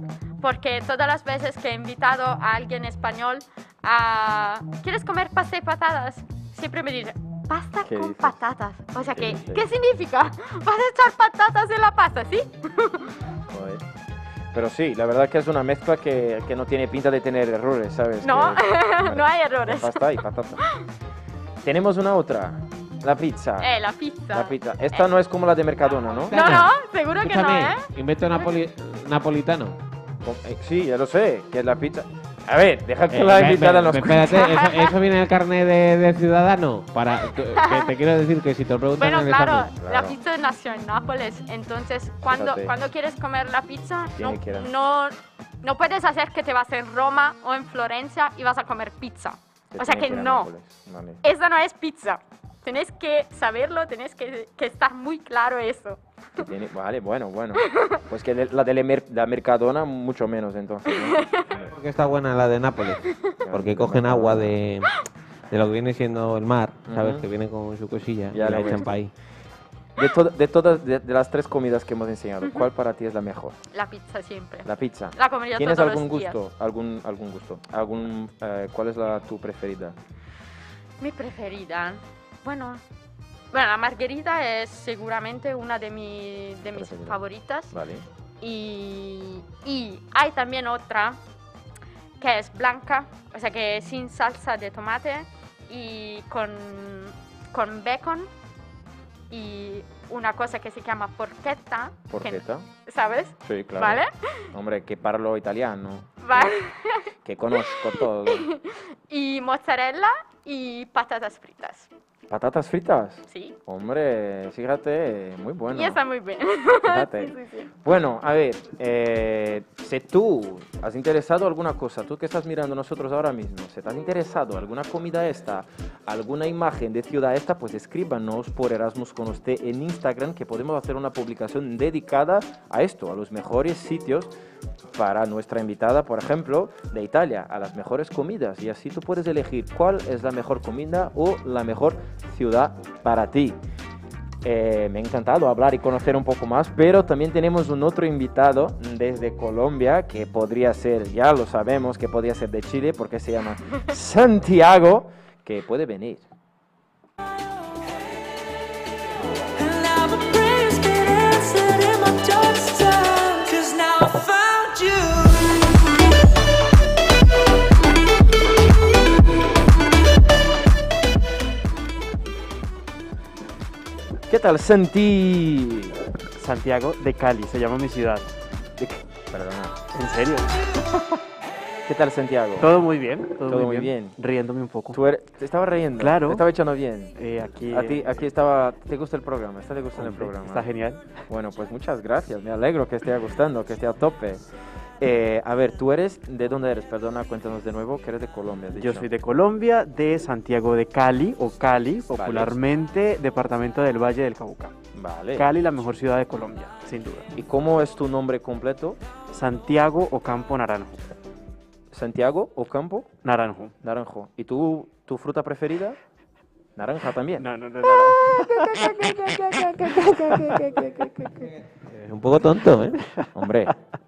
S6: porque todas las veces que he invitado a alguien español a... ¿Quieres comer pasta y patatas? Siempre me dice, pasta
S1: ¿Qué
S6: con
S1: dices?
S6: patatas. O sea,
S1: ¿Qué
S6: que,
S1: dices?
S6: ¿qué significa? *laughs* ¿Vas a echar patatas en la pasta, sí? *laughs*
S1: Joder. Pero sí, la verdad que es una mezcla que, que no tiene pinta de tener errores, ¿sabes?
S6: *laughs* No,
S1: Que-
S6: no hay errores.
S1: Pasta y patata. Tenemos una otra, la pizza.
S6: Eh, la pizza.
S1: La pizza. Esta no es como la de Mercadona, ¿no?
S6: No, no, seguro que no,
S3: Escúchame,
S6: ¿eh?
S3: invento napoli- napolitano.
S1: Oh, eh, Sí, ya lo sé, que es la pizza. A ver, deja que
S3: Eh,
S1: la
S3: ve-
S1: invitada
S3: ve-
S1: nos
S3: ve-
S1: cuente.
S3: Espérate, eso, eso viene en el carnet de, de ciudadano. Para, que, que te quiero decir que si te lo preguntan
S6: Bueno,
S3: en el
S6: claro,
S3: examen.
S6: la
S1: Claro.
S6: pizza nació en Nápoles, entonces cuando,
S1: Fíjate.
S6: cuando quieres comer la pizza, no,
S1: Tiene que ir a-
S6: no, no puedes hacer que te vas en Roma o en Florencia y vas a comer pizza. O sea
S1: Tiene
S6: que
S1: ir a
S6: no,
S1: Nápoles. Vale.
S6: esa no es pizza. Tenéis que saberlo, tenéis que, que estar muy claro eso.
S1: Que tiene- vale, bueno,
S6: *laughs*
S1: bueno. Pues que le- la de la Mer- la Mercadona, mucho menos entonces. ¿no?
S6: *laughs*
S3: Porque está buena la de Nápoles. Porque cogen agua de, de lo que viene siendo el mar, ¿sabes?
S1: Ujú.
S3: Que viene con su cosilla
S1: Ya lo
S3: y la echan
S1: ves.
S3: para ahí.
S1: De, to- de todas de, de las tres comidas que hemos enseñado, ¿cuál para ti es la mejor?
S6: La pizza siempre.
S1: La pizza.
S6: La comería
S1: ¿Tienes
S6: todos
S1: algún
S6: los días.
S1: gusto? ¿Algún, algún gusto? ¿Algún, eh, ¿Cuál es la tu preferida?
S6: Mi preferida. Bueno, bueno, la margarita es seguramente una de, mi- de mis
S1: Preferida.
S6: favoritas.
S1: Vale.
S6: Y, y hay también otra que es blanca, o sea que sin salsa de tomate y con, con bacon y una cosa que se llama porchetta, que-
S1: ¿Porchetta?
S6: ¿sabes?
S1: Sí, claro.
S6: ¿Vale?
S1: Hombre, que parlo italiano,
S6: Vale.
S1: que conozco
S6: *laughs*
S1: todo.
S6: Y mozzarella y patatas fritas,
S1: ¿Patatas fritas?
S6: ¿sí?
S1: Hombre, fíjate, muy bueno.
S6: Y está muy bien.
S1: Fíjate.
S6: *laughs* Sí, sí, sí.
S1: Bueno, a ver, eh, si tú has interesado alguna cosa, tú que estás mirando nosotros ahora mismo, si te has interesado alguna comida esta, alguna imagen de ciudad esta, pues escríbanos por Erasmus con usted en Instagram que podemos hacer una publicación dedicada a esto, a los mejores sitios para nuestra invitada, por ejemplo, de Italia, a las mejores comidas. Y así tú puedes elegir cuál es la mejor comida o la mejor ciudad para ti. Eh, me ha encantado hablar y conocer un poco más, pero también tenemos un otro invitado desde Colombia que podría ser, ya lo sabemos, que podría ser de Chile porque se llama Santiago, que puede venir. ¿Qué tal, Santi?
S10: Santiago de Cali, se llama mi ciudad.
S1: Perdona.
S10: ¿En serio?
S1: ¿Qué tal, Santiago?
S10: Todo muy bien, todo,
S1: Todo
S10: muy
S1: muy bien.
S10: bien. Riéndome un poco.
S1: Tú eres- te estaba riendo.
S10: Claro.
S1: Te estaba echando bien.
S10: Eh, aquí
S1: A ti, aquí estaba. ¿Te gusta el programa? ¿Está te gustando el
S10: hombre,
S1: programa?
S10: Está genial.
S1: Bueno, pues muchas gracias. Me alegro que esté gustando, que esté a tope. Eh, a ver, ¿tú eres de dónde eres? Perdona, cuéntanos de nuevo que eres de Colombia. has
S10: Yo
S1: dicho.
S10: soy de Colombia, de Santiago de Cali, o Cali, popularmente, departamento del Valle del Cauca.
S1: Vale.
S10: Cali, la mejor ciudad de Colombia, sin duda.
S1: ¿Y cómo es tu nombre completo?
S10: Santiago Ocampo Naranjo.
S1: ¿Santiago Ocampo?
S10: Naranjo.
S1: Naranjo. ¿Y tú, tu fruta preferida? Naranja también.
S10: No, no, no,
S3: Es un poco tonto, ¿eh?
S1: Hombre,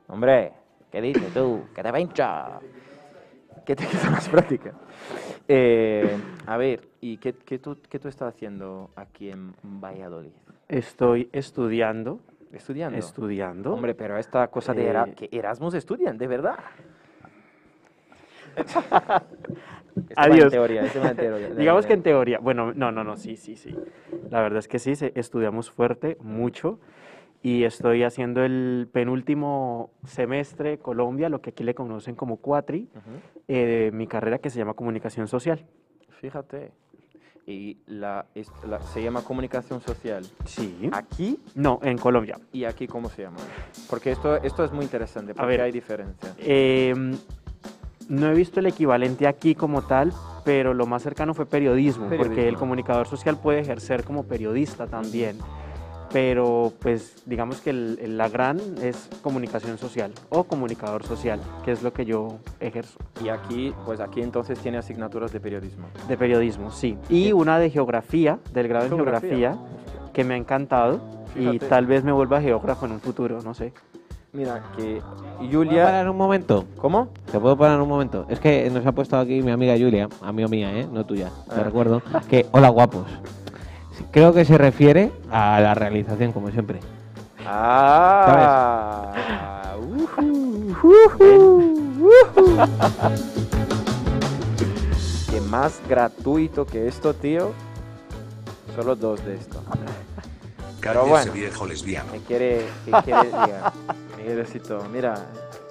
S1: hombre, ¿qué dices tú? ¿Qué te pincha? ¿Qué te quedan las prácticas? Eh, a ver, ¿y qué, qué tú, qué tú estás haciendo aquí en Valladolid?
S10: Estoy estudiando,
S1: ¿Estudiando?
S10: estudiando.
S1: Hombre, pero esta cosa de Era-
S10: Eh,
S1: que Erasmus estudian, de *laughs* verdad. Esto va en
S10: Adiós.
S1: teoría, esto va en teoría, de *laughs*
S10: Digamos que en
S1: verdad.
S10: teoría. Bueno, no, no, no, sí, sí, sí. La verdad es que sí, se- estudiamos fuerte, mucho. Y estoy haciendo el penúltimo semestre Colombia, lo que aquí le conocen como cuatri,
S1: Ujú.
S10: eh, de mi carrera que se llama comunicación social.
S1: Fíjate. Y la, es- la- se llama comunicación social.
S10: Sí.
S1: Aquí
S10: No, en Colombia.
S1: y aquí, ¿cómo se llama? Porque esto, esto es muy interesante, porque
S10: ver.
S1: hay diferencia.
S10: Eh, no he visto el equivalente aquí como tal, pero lo más cercano fue periodismo, porque el
S1: Periodismo.
S10: comunicador social puede ejercer como periodista también. Pero pues digamos que el- el- la gran es comunicación social o comunicador social, que es lo que yo ejerzo.
S1: Y aquí, pues aquí entonces tiene asignaturas de periodismo.
S10: De periodismo, sí. Y una de geografía, del grado en
S1: Geografía.
S10: geografía, que me ha encantado y
S1: Fíjate. Eh.
S10: tal vez me vuelva geógrafo en un futuro, no sé.
S1: Mira, que
S3: ¿Puedo
S1: Julia...
S3: parar un momento?
S1: ¿Cómo?
S3: ¿Te puedo parar un momento? Es que nos ha puesto aquí mi amiga Julia, amigo mía, ¿eh? No tuya, te
S1: Ah.
S3: recuerdo, que hola guapos. Creo que se refiere a la realización, como siempre.
S1: Ah, ujú, que más gratuito que esto, tío. Solo dos de esto. Pero
S11: Cállese,
S1: bueno.
S11: viejo lesbiano.
S1: Me quiere, ¿qué quiere diga? Miguelcito, mira.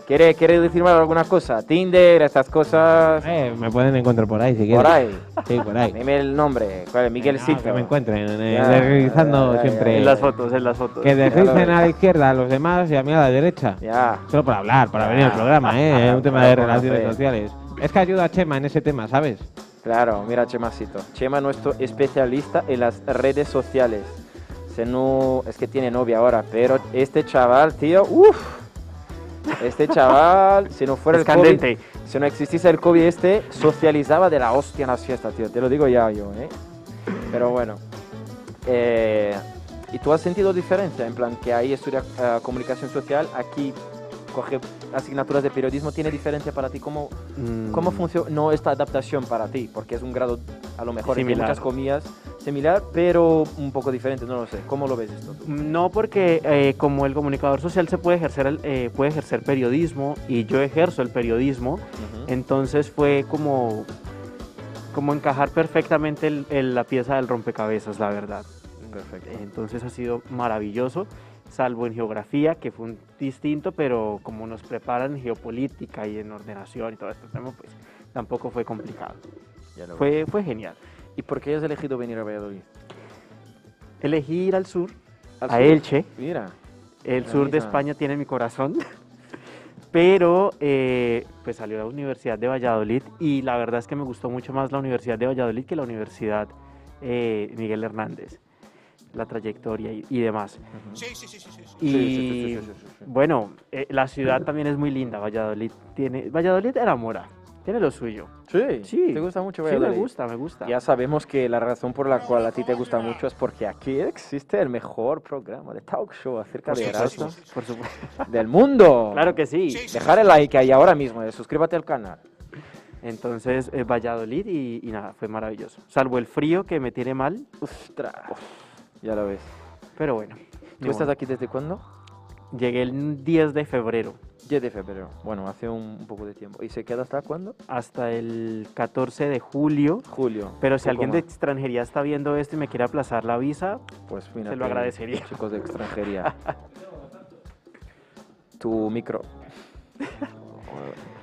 S1: ¿Quiere, ¿Quiere decirme alguna cosa? Tinder, estas cosas.
S3: Eh, me pueden encontrar por ahí si quieren.
S1: Por ahí.
S3: Sí, por *laughs* ahí.
S1: Dime el nombre. ¿Cuál es?
S3: Ah,
S1: Miguelcito.
S3: que me encuentren, eh,
S1: Ya,
S3: deslizando
S1: ya, ya,
S3: siempre.
S1: ya.
S10: En las fotos, en las fotos.
S3: Que deslicen
S1: veo.
S3: a la izquierda a los demás y a mí a la derecha.
S1: Ya.
S3: Solo para hablar, para venir al programa, ¿eh? Es un tema
S1: Para
S3: de relaciones
S1: conocer.
S3: sociales. Es que ayuda a Chema en ese tema, ¿sabes?
S1: Claro, mira Chemacito. Chema, nuestro especialista en las redes sociales. Se no, es que tiene novia ahora, pero este chaval, tío, uff. Este chaval, si no fuera
S10: Es
S1: el COVID,
S10: candente.
S1: si no existiese el COVID este, socializaba de la hostia en las fiestas, tío. Te lo digo ya yo, ¿eh? Pero bueno. Eh, ¿Y tú has sentido diferencia? En plan, que ahí estudia eh, comunicación social, aquí coge asignaturas de periodismo, ¿tiene diferencia para ti? ¿Cómo, ¿Cómo
S10: Mm.
S1: funcionó esta adaptación para ti? Porque es un grado, a lo mejor, entre
S10: Similar.
S1: muchas comillas, similar, pero un poco diferente, no lo sé. ¿Cómo lo ves esto tú?
S10: No, porque eh, como el comunicador social se puede ejercer, el- eh, puede ejercer periodismo y yo ejerzo el periodismo,
S1: Eh,
S10: entonces fue como, como encajar perfectamente el- el- la pieza del rompecabezas, la verdad.
S1: Perfecto.
S10: Entonces ha sido maravilloso, salvo en geografía, que fue un distinto, pero como nos preparan en geopolítica y en ordenación y todo este tema, pues tampoco fue complicado.
S1: Ya lo
S10: Fue, fue genial.
S1: ¿Y por qué has elegido venir a Valladolid?
S10: Elegí ir al sur,
S1: Al
S10: a
S1: sur.
S10: Elche,
S1: Mira,
S10: El
S1: La
S10: sur de
S1: misma.
S10: España tiene mi corazón. *laughs* Pero eh, pues salió a la Universidad de Valladolid y la verdad es que me gustó mucho más la Universidad de Valladolid que la Universidad eh, Miguel Hernández, la trayectoria y, y demás. Y bueno, eh, la ciudad también es muy linda, Valladolid tiene, Valladolid enamora, tiene lo suyo.
S1: sí,
S10: Sí.
S1: ¿Te gusta mucho
S10: Sí, me
S1: Valladolid?
S10: gusta, me gusta.
S1: Ya sabemos que la razón por la cual a ti te gusta mucho es porque aquí existe el mejor programa de talk show acerca de Erasmus
S10: Por supuesto.
S1: del mundo.
S10: Claro que sí.
S1: Dejar el like ahí ahora mismo, eh, suscríbete al canal.
S10: Entonces, eh, Valladolid y, y nada, fue maravilloso. Salvo el frío que me tiene mal,
S1: Ostras, ya lo ves.
S10: pero bueno.
S1: ¿Tú
S10: ni
S1: estás
S10: modo.
S1: aquí desde cuándo?
S10: Llegué el 10 de febrero
S1: 10 de febrero. Bueno, hace un, un poco de tiempo. ¿Y se queda hasta cuándo?
S10: hasta el 14 de julio.
S1: Julio.
S10: Pero si
S1: Poco
S10: alguien de
S1: más.
S10: extranjería está viendo esto y me quiere aplazar la visa,
S1: Pues mira,
S10: lo agradecería.
S1: Chicos de
S10: *laughs*
S1: extranjería. tu micro.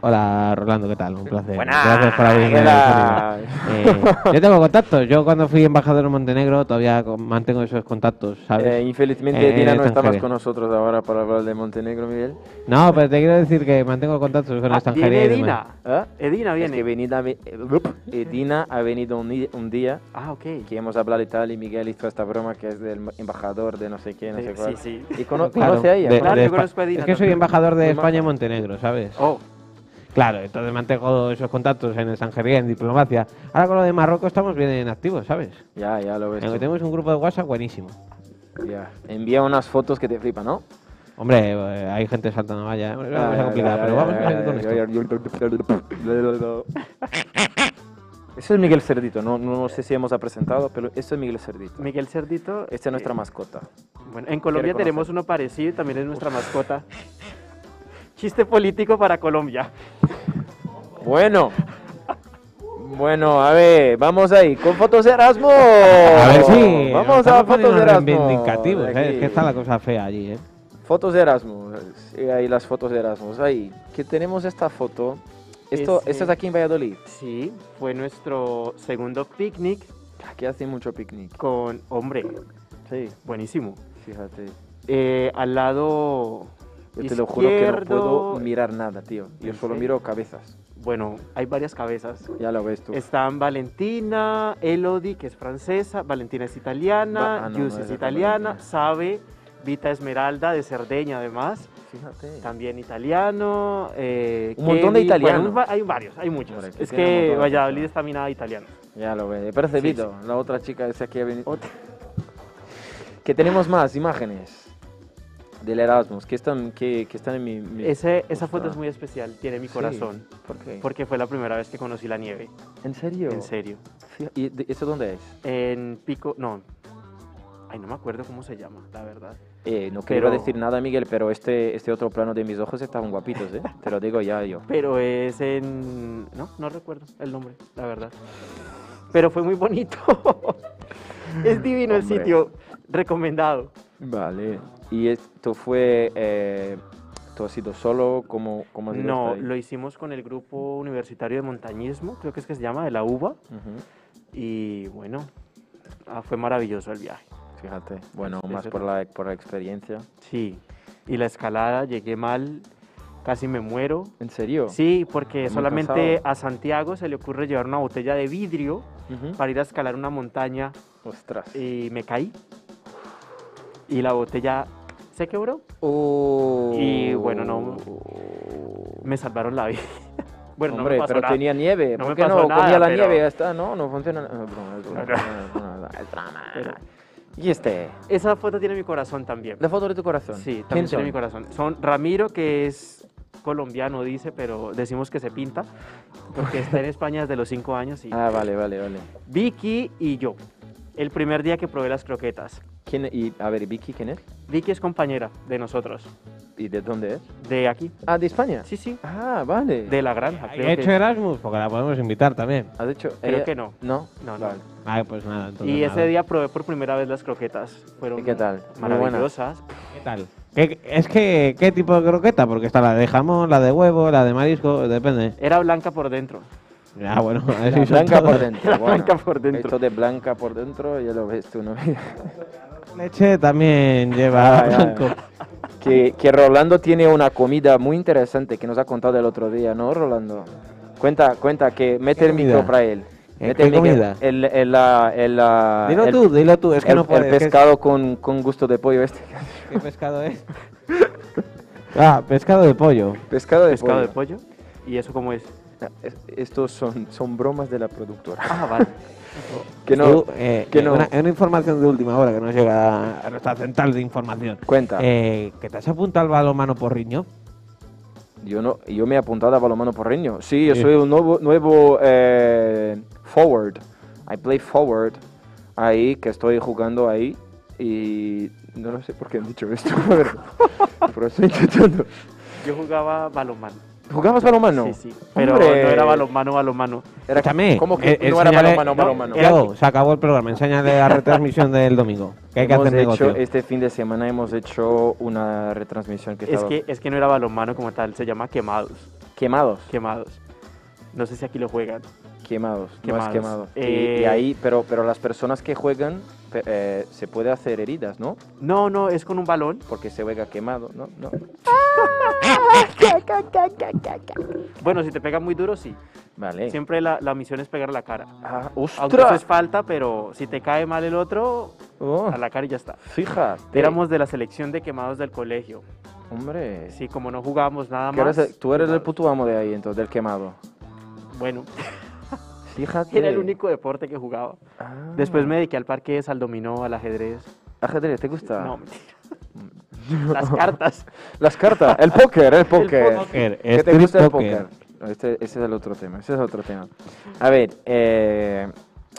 S3: Hola, Rolando, ¿qué tal? Un
S10: Eh,
S3: placer.
S1: Buenas.
S3: Gracias por abrirme.
S1: ¿Qué
S3: la
S1: tal?
S3: disponibilidad. Eh, yo tengo contactos. Yo cuando fui embajador en Montenegro todavía con- mantengo esos contactos, ¿sabes?
S1: Eh, infelizmente
S3: Eh,
S1: Dina no está más
S3: extranjería.
S1: con nosotros ahora para hablar de Montenegro, Miguel.
S3: No, pero te quiero decir que mantengo contactos con la
S10: Ah, viene
S3: extranjería y demás.
S10: Edina.
S1: ¿Ah?
S10: Edina
S1: Es
S10: viene.
S1: que venida, ve- eh, rup, eh, Dina ha venido un, di- un día
S10: Ah, ok.
S1: que hemos hablado de tal y Miguel hizo esta broma que es del embajador de no sé qué, no
S10: Eh,
S1: sé
S10: sí,
S1: cuál.
S10: sí.
S1: Y cono-
S3: Claro,
S1: conoce a ella.
S3: de-
S1: conoce-
S10: Claro,
S3: de
S10: yo
S3: Espa-
S10: conozco a Edina
S3: Es que soy
S10: también.
S3: embajador de
S1: Muy
S3: España en
S1: maja.
S3: Montenegro, ¿sabes?
S10: Oh,
S3: Claro, entonces mantengo esos contactos en extranjería, en diplomacia. Ahora con lo de Marruecos estamos bien en activo, ¿sabes?
S1: Ya, ya lo ves.
S3: Aunque
S1: tú.
S3: tenemos un grupo de WhatsApp buenísimo.
S1: Ya. Envía unas fotos que te flipan, ¿no?
S3: Hombre, eh, hay gente saltando ¿eh? vaya. Vamos
S1: Ya, ya,
S3: a complicar,
S1: ya,
S3: pero
S1: ya,
S3: vamos
S1: ya,
S3: a seguir con
S1: ya,
S3: esto.
S1: ya, *laughs* ya, ya. Ese es Miguel Cerdito, no, no sé si hemos presentado, pero este es Miguel Cerdito.
S10: Miguel Cerdito.
S1: Esta es nuestra
S10: eh,
S1: mascota.
S10: Bueno, en Colombia
S1: reconocer.
S10: tenemos uno parecido y también es nuestra mascota. Chiste político para Colombia.
S1: Bueno. Bueno, a ver, vamos ahí, con fotos de Erasmus.
S3: A ver si.
S1: Vamos a
S3: estamos
S1: fotos
S3: poniéndonos
S1: de Erasmus.
S3: reivindicativos, ¿eh?
S1: Aquí.
S3: Es que está la cosa fea allí, ¿eh?
S1: Fotos de Erasmus. eh, Ahí las fotos de Erasmus. Ahí, que tenemos esta foto. Esto,
S10: Ese.
S1: esto es eh, aquí en Valladolid.
S10: Sí, fue nuestro segundo picnic
S1: Aquí Ah, hace mucho picnic.
S10: con, hombre,
S1: Sí,
S10: buenísimo.
S1: fíjate.
S10: Eh, al lado
S1: Yo te lo juro que no puedo
S10: izquierdo-
S1: mirar nada, tío. Yo
S10: ¿En
S1: solo
S10: serio?
S1: miro cabezas.
S10: Bueno, hay varias cabezas.
S1: Ya lo ves tú.
S10: Están Valentina, Elodie, que es francesa, Valentina es italiana,
S1: Va- ah, no,
S10: Yus
S1: no,
S10: es
S1: esa es
S10: italiana,
S1: Valentina.
S10: Sabe, Vita Esmeralda, de Cerdeña además,
S1: Fíjate.
S10: también italiano. eh,
S1: Un montón de
S10: Kenny, bueno,
S1: italianos.
S10: un va- hay varios, hay muchos.
S1: Hombre, que
S10: es
S1: tiene un montón
S10: que
S1: de
S10: Valladolid
S1: personas.
S10: está minada de italianos.
S1: Ya lo ves. Percebido. La otra chica esa que ha venido. Que tenemos más imágenes del Erasmus. Que están, que, que están en mi. mi-
S10: Ese- esa foto
S1: Ostras.
S10: es muy especial, tiene mi
S1: Sí.
S10: corazón,
S1: ¿Por qué?
S10: porque fue la primera vez que conocí la nieve,
S1: ¿En serio?
S10: en serio.
S1: Fija- ¿Y de- eso dónde es?
S10: En Pico, no, ay, no me acuerdo cómo se llama, la verdad.
S1: Eh, no quiero
S10: Pero-
S1: decir nada, Miguel, pero este, este otro plano de mis ojos estaban guapitos, ¿eh? Te lo digo ya yo.
S10: Pero es en. No, no recuerdo el nombre, la verdad. Pero fue muy bonito. *laughs* es divino el
S1: Hombre.
S10: sitio. Recomendado.
S1: Vale. ¿Y esto fue... Eh, ¿Tú has sido solo? ¿Cómo, cómo has ido
S10: No,
S1: hasta ahí?
S10: lo hicimos con el grupo universitario de montañismo, creo que es que se llama, de la UBA.
S1: Ujú,
S10: Y bueno, ah, fue maravilloso el viaje.
S1: Fíjate. Bueno,
S10: Es-
S1: más
S10: es
S1: por la, por la experiencia.
S10: Sí. Y la escalada, llegué mal, casi me muero.
S1: ¿En serio?
S10: Sí, porque
S1: Muy
S10: solamente
S1: cansado.
S10: a Santiago se le ocurre llevar una botella de vidrio
S1: Ujú.
S10: para ir a escalar una montaña
S1: Ostras.
S10: y me caí. Y la botella se quebró.
S1: Oh.
S10: y bueno, no- Me salvaron la *laughs* vida. Bueno,
S1: Hombre,
S10: no me pasó
S1: pero
S10: nada.
S1: tenía nieve.
S10: No
S1: ¿Por
S10: me
S1: qué no
S10: pasó nada,
S1: comía la
S10: pero-
S1: nieve? Ya está, ¿no? No funciona. No, es broma, es broma, es broma,
S10: *laughs*
S1: es broma.
S10: Pero-
S1: Y este,
S10: Esa foto tiene mi corazón también.
S1: la foto de tu corazón.
S10: Sí,
S1: ¿Quién
S10: también tiene
S1: son?
S10: mi corazón. Son Ramiro, que es colombiano, dice, pero decimos que se pinta, porque está en España desde los 5 años. Y
S1: Ah, vale, vale, vale.
S10: Vicky y yo, el primer día que probé las croquetas.
S1: ¿Quién, y, a ver, Vicky, ¿quién es?
S10: Vicky es compañera de nosotros,
S1: ¿Y de dónde es?
S10: de aquí.
S1: Ah, de España.
S10: Sí, sí,
S1: Ah, vale.
S10: de la granja.
S3: ¿Ha
S10: Creo que,
S3: hecho Erasmus? Porque la podemos invitar también.
S1: ¿Has hecho?
S10: creo
S1: ella-
S10: que no.
S1: No.
S10: No, no.
S1: Vale.
S3: Ah, pues nada, entonces
S10: Y ese
S3: nada.
S10: día probé por primera vez las croquetas. Fueron
S1: ¿Y qué tal? Muy buenas.
S10: Maravillosas.
S3: ¿Qué tal? ¿Qué- es que, ¿qué tipo de croqueta? Porque está la de jamón, la de huevo, la de marisco, depende.
S10: Era blanca por dentro. *laughs*
S3: Ah, bueno, *laughs*
S1: La
S3: eso
S1: blanca
S3: todo.
S1: por dentro.
S10: La
S1: bueno.
S10: *laughs* blanca por dentro.
S1: Esto de blanca por dentro, ya lo ves tú, ¿no?
S3: Leche también lleva
S1: Ah, ya, ya.
S3: blanco.
S1: que, que Rolando tiene una comida muy interesante que nos ha contado el otro día, ¿no, Rolando? Cuenta, cuenta, que mete
S3: ¿Qué
S1: el micro
S3: comida?
S1: para él.
S3: ¿Qué-
S1: Mete
S3: qué
S1: el micro-
S3: comida?
S1: El, el, ah, el, ah,
S3: Dilo
S1: el-
S3: tú, dilo tú, es que
S1: el-
S3: no puedes.
S1: el
S3: ¿qué-
S1: pescado con, con gusto de pollo este. *laughs*
S3: ¿Qué, pescado
S1: ¿eh?
S3: es? *laughs* ah, pescado de pollo.
S1: Pescado de
S10: Pescado
S1: pollo.
S10: de pollo. ¿Y eso cómo es?
S1: Es- Estos son, son bromas de la productora. *laughs*
S10: Ah, vale.
S1: Que no,
S3: Tú, eh,
S1: que
S3: eh,
S1: no.
S3: Una, una información de última hora que nos llega a nuestra central de información.
S1: Cuenta.
S3: Eh, ¿Que te has apuntado al balonmano porriño?
S1: Yo no, yo me he apuntado a balonmano porreño. Sí, yo
S3: Sí.
S1: soy un nuevo, nuevo eh, forward. I play forward ahí, que estoy jugando ahí y no lo sé por qué han dicho esto, *laughs* pero, pero estoy intentando.
S10: Yo jugaba balonmano.
S1: ¿Jugabas balonmano?
S10: Sí, sí. Pero
S1: Hombre.
S10: no era balonmano, balonmano.
S1: Era-
S3: Escúchame.
S1: ¿Cómo que
S3: eh,
S1: no era
S3: enséñale-
S1: balonmano, balonmano?
S3: Yo, oh, se acabó el programa. Enséñale la retransmisión del domingo. Que hay que
S1: Hemos
S3: hacer
S1: hecho-
S3: negocio.
S1: este fin de semana hemos hecho una retransmisión que
S10: Es
S1: estaba
S10: que, es que no era balonmano como tal, se llama quemados.
S1: Quemados.
S10: Quemados. No sé si aquí lo juegan.
S1: Quemados, no
S10: Quemados.
S1: es quemado. Y- y,
S10: Eh,
S1: ahí, pero, pero las personas que juegan pe- eh, se puede hacer heridas, ¿no?
S10: No, no, es con un balón.
S1: Porque se juega quemado, ¿no? no.
S10: Bueno, si te pega muy duro, sí.
S1: Vale.
S10: Siempre la, la misión es pegar la cara.
S1: Ah,
S10: Aunque eso
S1: ¡Ostras!
S10: es falta, pero si te cae mal el otro,
S1: Oh,
S10: a la cara y ya está.
S1: fíjate.
S10: Éramos de la selección de quemados del colegio.
S1: Hombre.
S10: Sí, como no jugábamos nada
S1: que eres
S10: más.
S1: el- tú eres el
S10: quemados.
S1: puto amo de ahí, entonces, del quemado.
S10: Bueno,
S1: Fíjate.
S10: era el único deporte que jugaba.
S1: Ah.
S10: Después me dediqué al parqués, al dominó, al ajedrez.
S1: Ajedrez, ¿te gusta?
S10: No, mentira. Las cartas.
S1: *laughs* Las cartas, el póker, el póker.
S3: Póker,
S1: este ¿Qué te
S3: strip
S1: gusta el
S3: póker.
S1: póker? Este, ese es el otro tema, ese es otro tema. A ver, eh,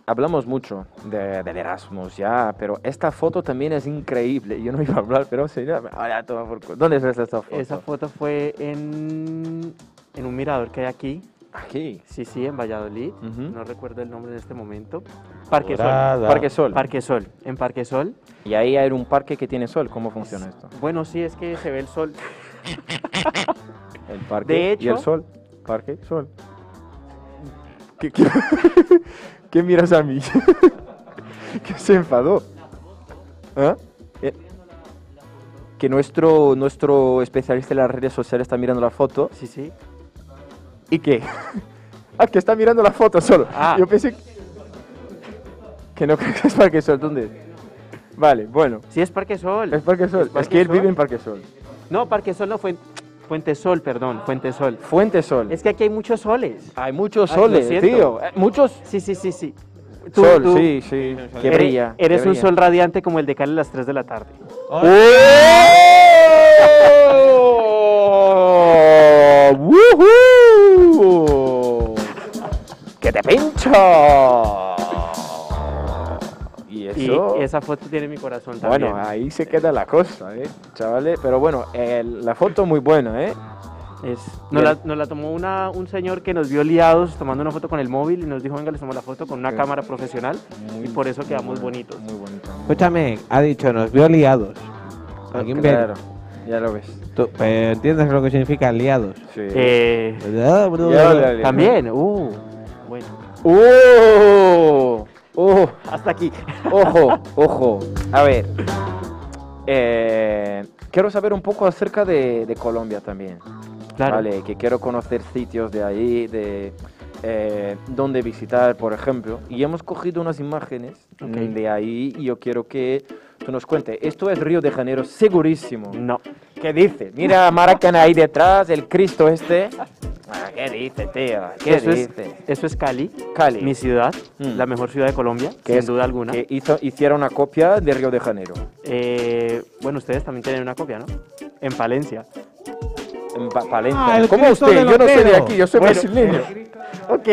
S1: hablamos mucho de- del Erasmus ya, pero esta foto también es increíble. Yo no iba a hablar, pero señora, ahora toma por cu- ¿Dónde es esta foto?
S10: Esa foto fue en, en un mirador que hay aquí.
S1: Aquí.
S10: Sí, sí, en Valladolid.
S1: Ujú.
S10: No recuerdo el nombre en este momento. Parque Sol.
S3: Dorada.
S1: Parque Sol.
S10: Parque Sol. En Parque Sol.
S1: Y ahí hay un parque que tiene sol. ¿Cómo funciona esto?
S10: Bueno, sí, es que se ve el sol.
S1: El parque
S10: De
S1: y el
S10: hecho-
S1: sol. Parque, sol. ¿Qué, qué- *laughs* qué miras a mí? *laughs* que se enfadó. ¿Ah? Eh, Que nuestro, nuestro especialista en las redes sociales está mirando la foto.
S10: Sí, sí.
S1: ¿Y qué? *laughs* ah, que está mirando la foto solo.
S10: Ah.
S1: Yo pensé que, que no *laughs* crees que es Parque Sol. ¿Dónde? es? Vale, bueno.
S10: Sí, es Parque Sol.
S1: Es Parque Sol. Es,
S10: Parque
S1: que él
S10: Sol.
S1: vive en Parque Sol.
S10: No, Parque Sol no, Fuente, Fuente Sol, perdón. Fuente Sol.
S1: Fuente Sol.
S10: Es que aquí hay muchos soles.
S1: Hay muchos
S10: Ay, lo
S1: soles,
S10: siento.
S1: tío. Eh, Muchos
S10: Sí, sí, sí, sí. Tú-
S1: Sol,
S10: tú
S1: sí, sí. Que
S10: eres-
S1: brilla. que
S10: Eres un
S1: brilla.
S10: sol radiante como el de Cali a las 3 de la tarde.
S1: ¡Oh! ¡Woohoo! ¡Que te pincho! Y
S10: Y
S1: eso.
S10: esa foto tiene mi corazón también.
S1: bueno, ahí se queda la cosa, ¿eh? Chavales, pero bueno, el- la foto muy buena, ¿eh?
S10: Es, nos,
S1: Bien.
S10: la, nos la tomó una, un señor que nos vio liados tomando una foto con el móvil y nos dijo, venga, les tomo la foto con una
S1: Sí.
S10: cámara profesional y por eso quedamos bonitos.
S1: Muy bonito.
S3: Escúchame, ha dicho, nos vio liados. Alguien ve-
S1: Claro, ya lo ves.
S3: tú, pero ¿Entiendes lo que significa liados?
S1: Sí.
S10: Eh,
S3: Ya, bro,
S1: Ya,
S3: bro.
S1: dale.
S10: también, uh, bueno,
S1: ¡Oh! ¡Oh!
S10: hasta aquí.
S1: Ojo, ojo. A ver. eh, quiero saber un poco acerca de, de Colombia también.
S10: Claro.
S1: Vale, que quiero conocer sitios de ahí, de eh, dónde visitar, por ejemplo. Y hemos cogido unas imágenes
S10: Ok.
S1: mm, de ahí y yo quiero que tú nos cuentes. Esto es Río de Janeiro, segurísimo.
S10: No,
S1: ¿Qué dices? Mira a Maracaná ahí detrás, el Cristo este. Ah, ¿Qué dices, tío? ¿Qué
S10: eso es,
S1: dices?
S10: eso es Cali,
S1: Cali.
S10: mi ciudad,
S1: Mm.
S10: la mejor ciudad de Colombia,
S1: Que
S10: sin
S1: es-
S10: duda alguna.
S1: Que hizo, hicieron una copia de Río de Janeiro.
S10: Eh, bueno, ustedes también tienen una copia, ¿no? En Palencia.
S1: En Pa- Palencia.
S3: Ah, el
S1: ¿Cómo
S3: Cristo
S1: usted?
S3: del
S1: Yo no soy de
S3: Otero.
S1: aquí, yo soy
S10: Bueno.
S1: brasileño.
S10: Ok.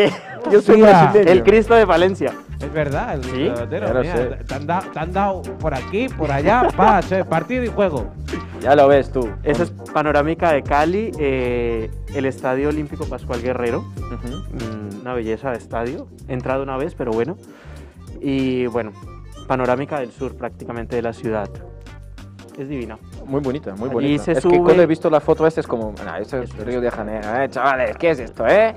S1: Yo soy
S3: Hostia.
S1: brasileño.
S10: *laughs* El Cristo de Valencia.
S3: Es verdad, el
S10: Sí,
S3: pelotero,
S1: claro,
S3: mira,
S1: sí.
S3: te- te han, dado- te han dado por aquí, por allá, pa, *laughs* che, partido y juego.
S1: Ya lo ves tú.
S10: Esa es panorámica de Cali, eh, el Estadio Olímpico Pascual Guerrero.
S1: Ujú.
S10: mm, una belleza de estadio. He entrado una vez, pero bueno. Y bueno, panorámica del sur prácticamente de la ciudad. Es divina.
S1: Muy bonita, muy
S10: Allí
S1: bonita.
S10: se
S1: es que
S10: sube.
S1: cuando he visto la foto esta es como, nah, esto es Río de Janeiro, eh, chavales, ¿qué es esto, eh?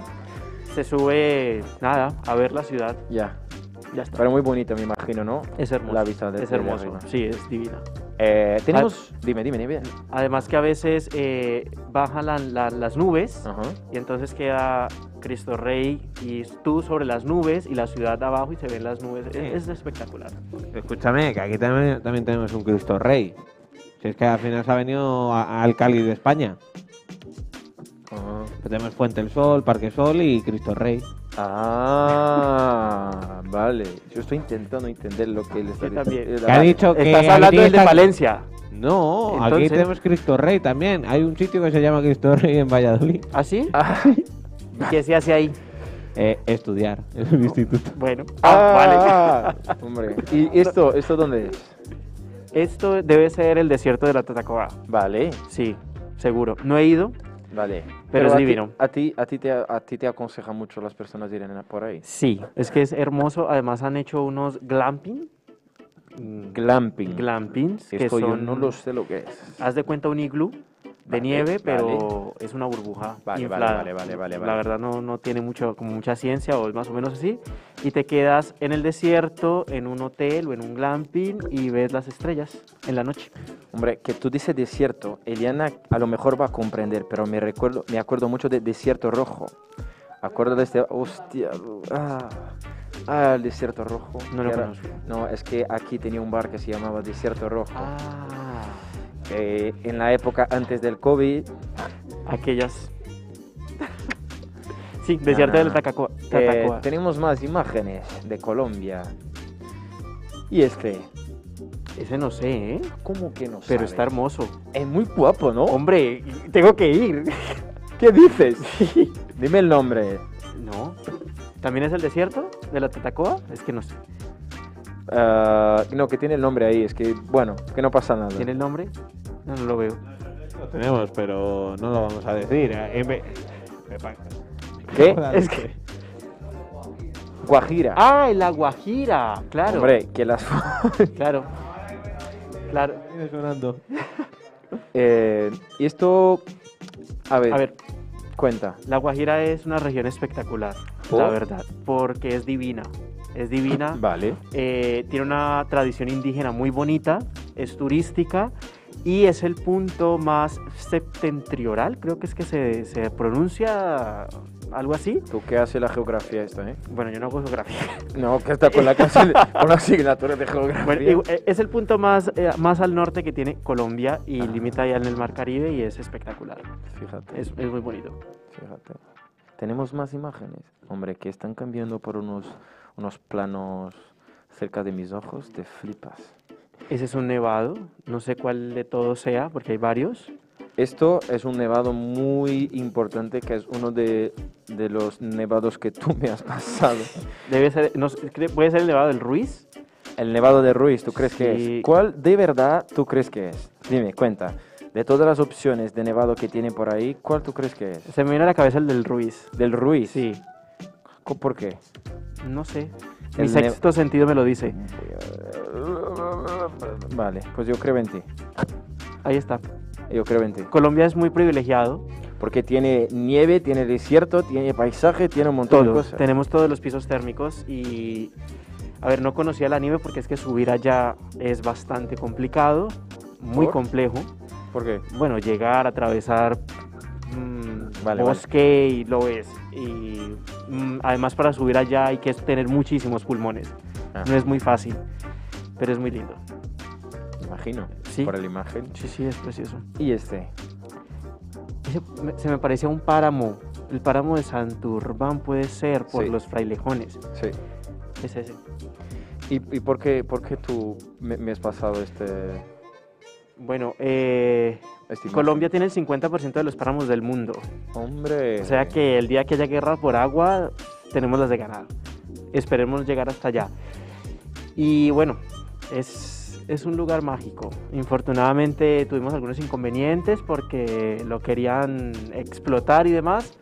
S10: Se sube, nada, a ver la ciudad.
S1: Ya,
S10: Ya está.
S1: pero muy bonita, me imagino, ¿no?
S10: Es hermoso.
S1: La vista de-
S10: es
S1: desde
S10: hermoso.
S1: arriba.
S10: Sí, es divina.
S1: Eh, tenemos, dime, dime, dime.
S10: Además que a veces eh, bajan la- la- las nubes
S1: Ajá.
S10: y entonces queda Cristo Rey y tú sobre las nubes y la ciudad abajo y se ven las nubes. Es, es espectacular.
S3: Escúchame, que aquí también, también tenemos un Cristo Rey. Si es que al final se ha venido a- al Cali de España.
S1: Ajá.
S3: Pues tenemos Fuente del Sol, Parque Sol y Cristo Rey.
S1: Ah, vale. Yo estoy intentando entender lo que él está
S10: Yo también.
S1: diciendo. Eh,
S3: Que ha dicho que
S10: Estás hablando del de
S3: habilitan-
S10: Valencia.
S3: No, aquí
S10: Entonces-
S3: tenemos Cristo Rey también. Hay un sitio que se llama Cristo Rey en Valladolid.
S10: ¿Ah, sí? ¿Qué se hace ahí?
S3: Eh, estudiar en un instituto.
S10: Bueno, ah,
S1: Ah, vale. *laughs* Hombre. ¿Y esto, esto dónde es?
S10: vale. *laughs* Esto debe ser el desierto de la Tatacoa.
S1: Vale.
S10: Sí, seguro. No he ido.
S1: Vale. Pero,
S10: es
S1: a ti-
S10: divino.
S1: A ti, a ti te, a ti te aconsejan mucho las personas de ir en- por ahí.
S10: Sí, es que es hermoso. Además han hecho unos glamping. mm,
S1: Glamping.
S10: Glampings. que
S1: Esto yo
S10: son-
S1: no lo sé lo que es.
S10: Haz de cuenta un iglú de
S1: Vale,
S10: nieve,
S1: vale.
S10: pero es una burbuja.
S1: Vale, vale,
S10: inflada.
S1: vale, vale, vale,
S10: La
S1: vale.
S10: verdad no, no tiene mucho, como mucha ciencia o es más o menos así. Y te quedas en el desierto, en un hotel o en un glamping y ves las estrellas en la noche.
S1: Hombre, que tú dices desierto, Eliana a lo mejor va a comprender, pero me recuerdo, me acuerdo mucho de Desierto Rojo. Acuerdo de este, hostia, ah, ah, el Desierto Rojo.
S10: No lo
S1: que era-
S10: conozco.
S1: No, es que aquí tenía un bar que se llamaba Desierto Rojo. Ah. que en la época antes del COVID,
S10: Aquellas... *laughs* Sí, desierto
S1: no,
S10: del
S1: no.
S10: Tatacoa.
S1: eh, tenemos más imágenes de Colombia. Y este,
S10: Ese no sé, ¿eh?
S1: ¿cómo que no
S10: Pero
S1: sabes?
S10: está hermoso.
S1: Es muy guapo, ¿no?
S10: Hombre, tengo que ir. *laughs*
S1: ¿Qué dices? *laughs* Dime el nombre.
S10: No. ¿También es el desierto de la Tatacoa? Es que no sé.
S1: Ah, no, que tiene el nombre ahí, es que, bueno, que no pasa nada.
S10: ¿Tiene el nombre? No, no lo veo.
S9: Lo tenemos, pero no lo vamos a decir. eh, en vez- Me pa-
S1: ¿Qué?
S9: Es
S10: Es que...
S1: Guajira.
S10: Ah, la Guajira, claro.
S1: Hombre, que las... *laughs*
S10: Claro. Claro.
S9: Viene sonando.
S1: Eh, y esto... A ver,
S10: A ver,
S1: cuenta.
S10: la Guajira es una región espectacular, la
S1: ¿Por?
S10: verdad, porque es divina. Es
S1: *laughs*
S10: divina.
S1: Vale.
S10: eh, tiene una tradición indígena muy bonita, es turística y es el punto más septentrional, creo que es que se, se pronuncia algo así.
S1: ¿Tú qué hace la geografía esta, eh?
S10: Bueno, yo no hago geografía.
S1: *laughs* No, que está con la clase de- con la asignatura de geografía.
S10: Bueno, igu- eh, es el punto más, eh, más al norte que tiene Colombia y
S1: Ah.
S10: limita ya en el Mar Caribe y es espectacular.
S1: Fíjate,
S10: Es, es muy bonito.
S1: fíjate. Tenemos más imágenes. Hombre, que están cambiando por unos, unos planos cerca de mis ojos, te flipas.
S10: Ese es un nevado, no sé cuál de todos sea, porque hay varios.
S1: Esto es un nevado muy importante que es uno de, de los nevados que tú me has pasado.
S10: Debe ser, no sé, cre- puede ser el nevado del Ruiz.
S1: El nevado de Ruiz, ¿tú crees que
S10: Sí.
S1: es? ¿Cuál de verdad tú crees que es? Dime, cuenta. De todas las opciones de nevado que tiene por ahí, ¿cuál tú crees que es?
S10: Se me viene a la cabeza el del Ruiz.
S1: Del Ruiz.
S10: Sí,
S1: Co- ¿Por qué?
S10: no sé. Mi
S1: El ne-
S10: sexto sentido me lo dice.
S1: Vale, pues yo creo en ti.
S10: Ahí está.
S1: Yo creo en ti.
S10: Colombia es muy privilegiado.
S1: Porque tiene nieve, tiene desierto, tiene paisaje, tiene un montón de
S10: Todos.
S1: cosas.
S10: Tenemos todos los pisos térmicos y... A ver, no conocía la nieve porque es que subir allá es bastante complicado, muy
S1: ¿Por?
S10: complejo.
S1: ¿Por qué?
S10: Bueno, llegar, atravesar mm,
S1: Vale,
S10: bosque y lo ves. Y mm, además para subir allá hay que tener muchísimos pulmones.
S1: Ah.
S10: No es muy fácil, pero es muy lindo.
S1: Imagino.
S10: Sí.
S1: Por la imagen.
S10: Sí, sí, es precioso.
S1: Y este.
S10: Ese me- se me parece a un páramo. El páramo de Santurbán puede ser por
S1: Sí.
S10: los frailejones.
S1: Sí.
S10: Es ese.
S1: ¿Y, y por, qué, por qué tú me, me has pasado este,
S10: Bueno, eh,
S1: esta imagen?
S10: Colombia tiene el 50% de los páramos del mundo.
S1: Hombre.
S10: O sea que el día que haya guerra por agua, tenemos las de ganar. Esperemos llegar hasta allá. Y bueno, es, es un lugar mágico. Infortunadamente tuvimos algunos inconvenientes porque lo querían explotar y demás,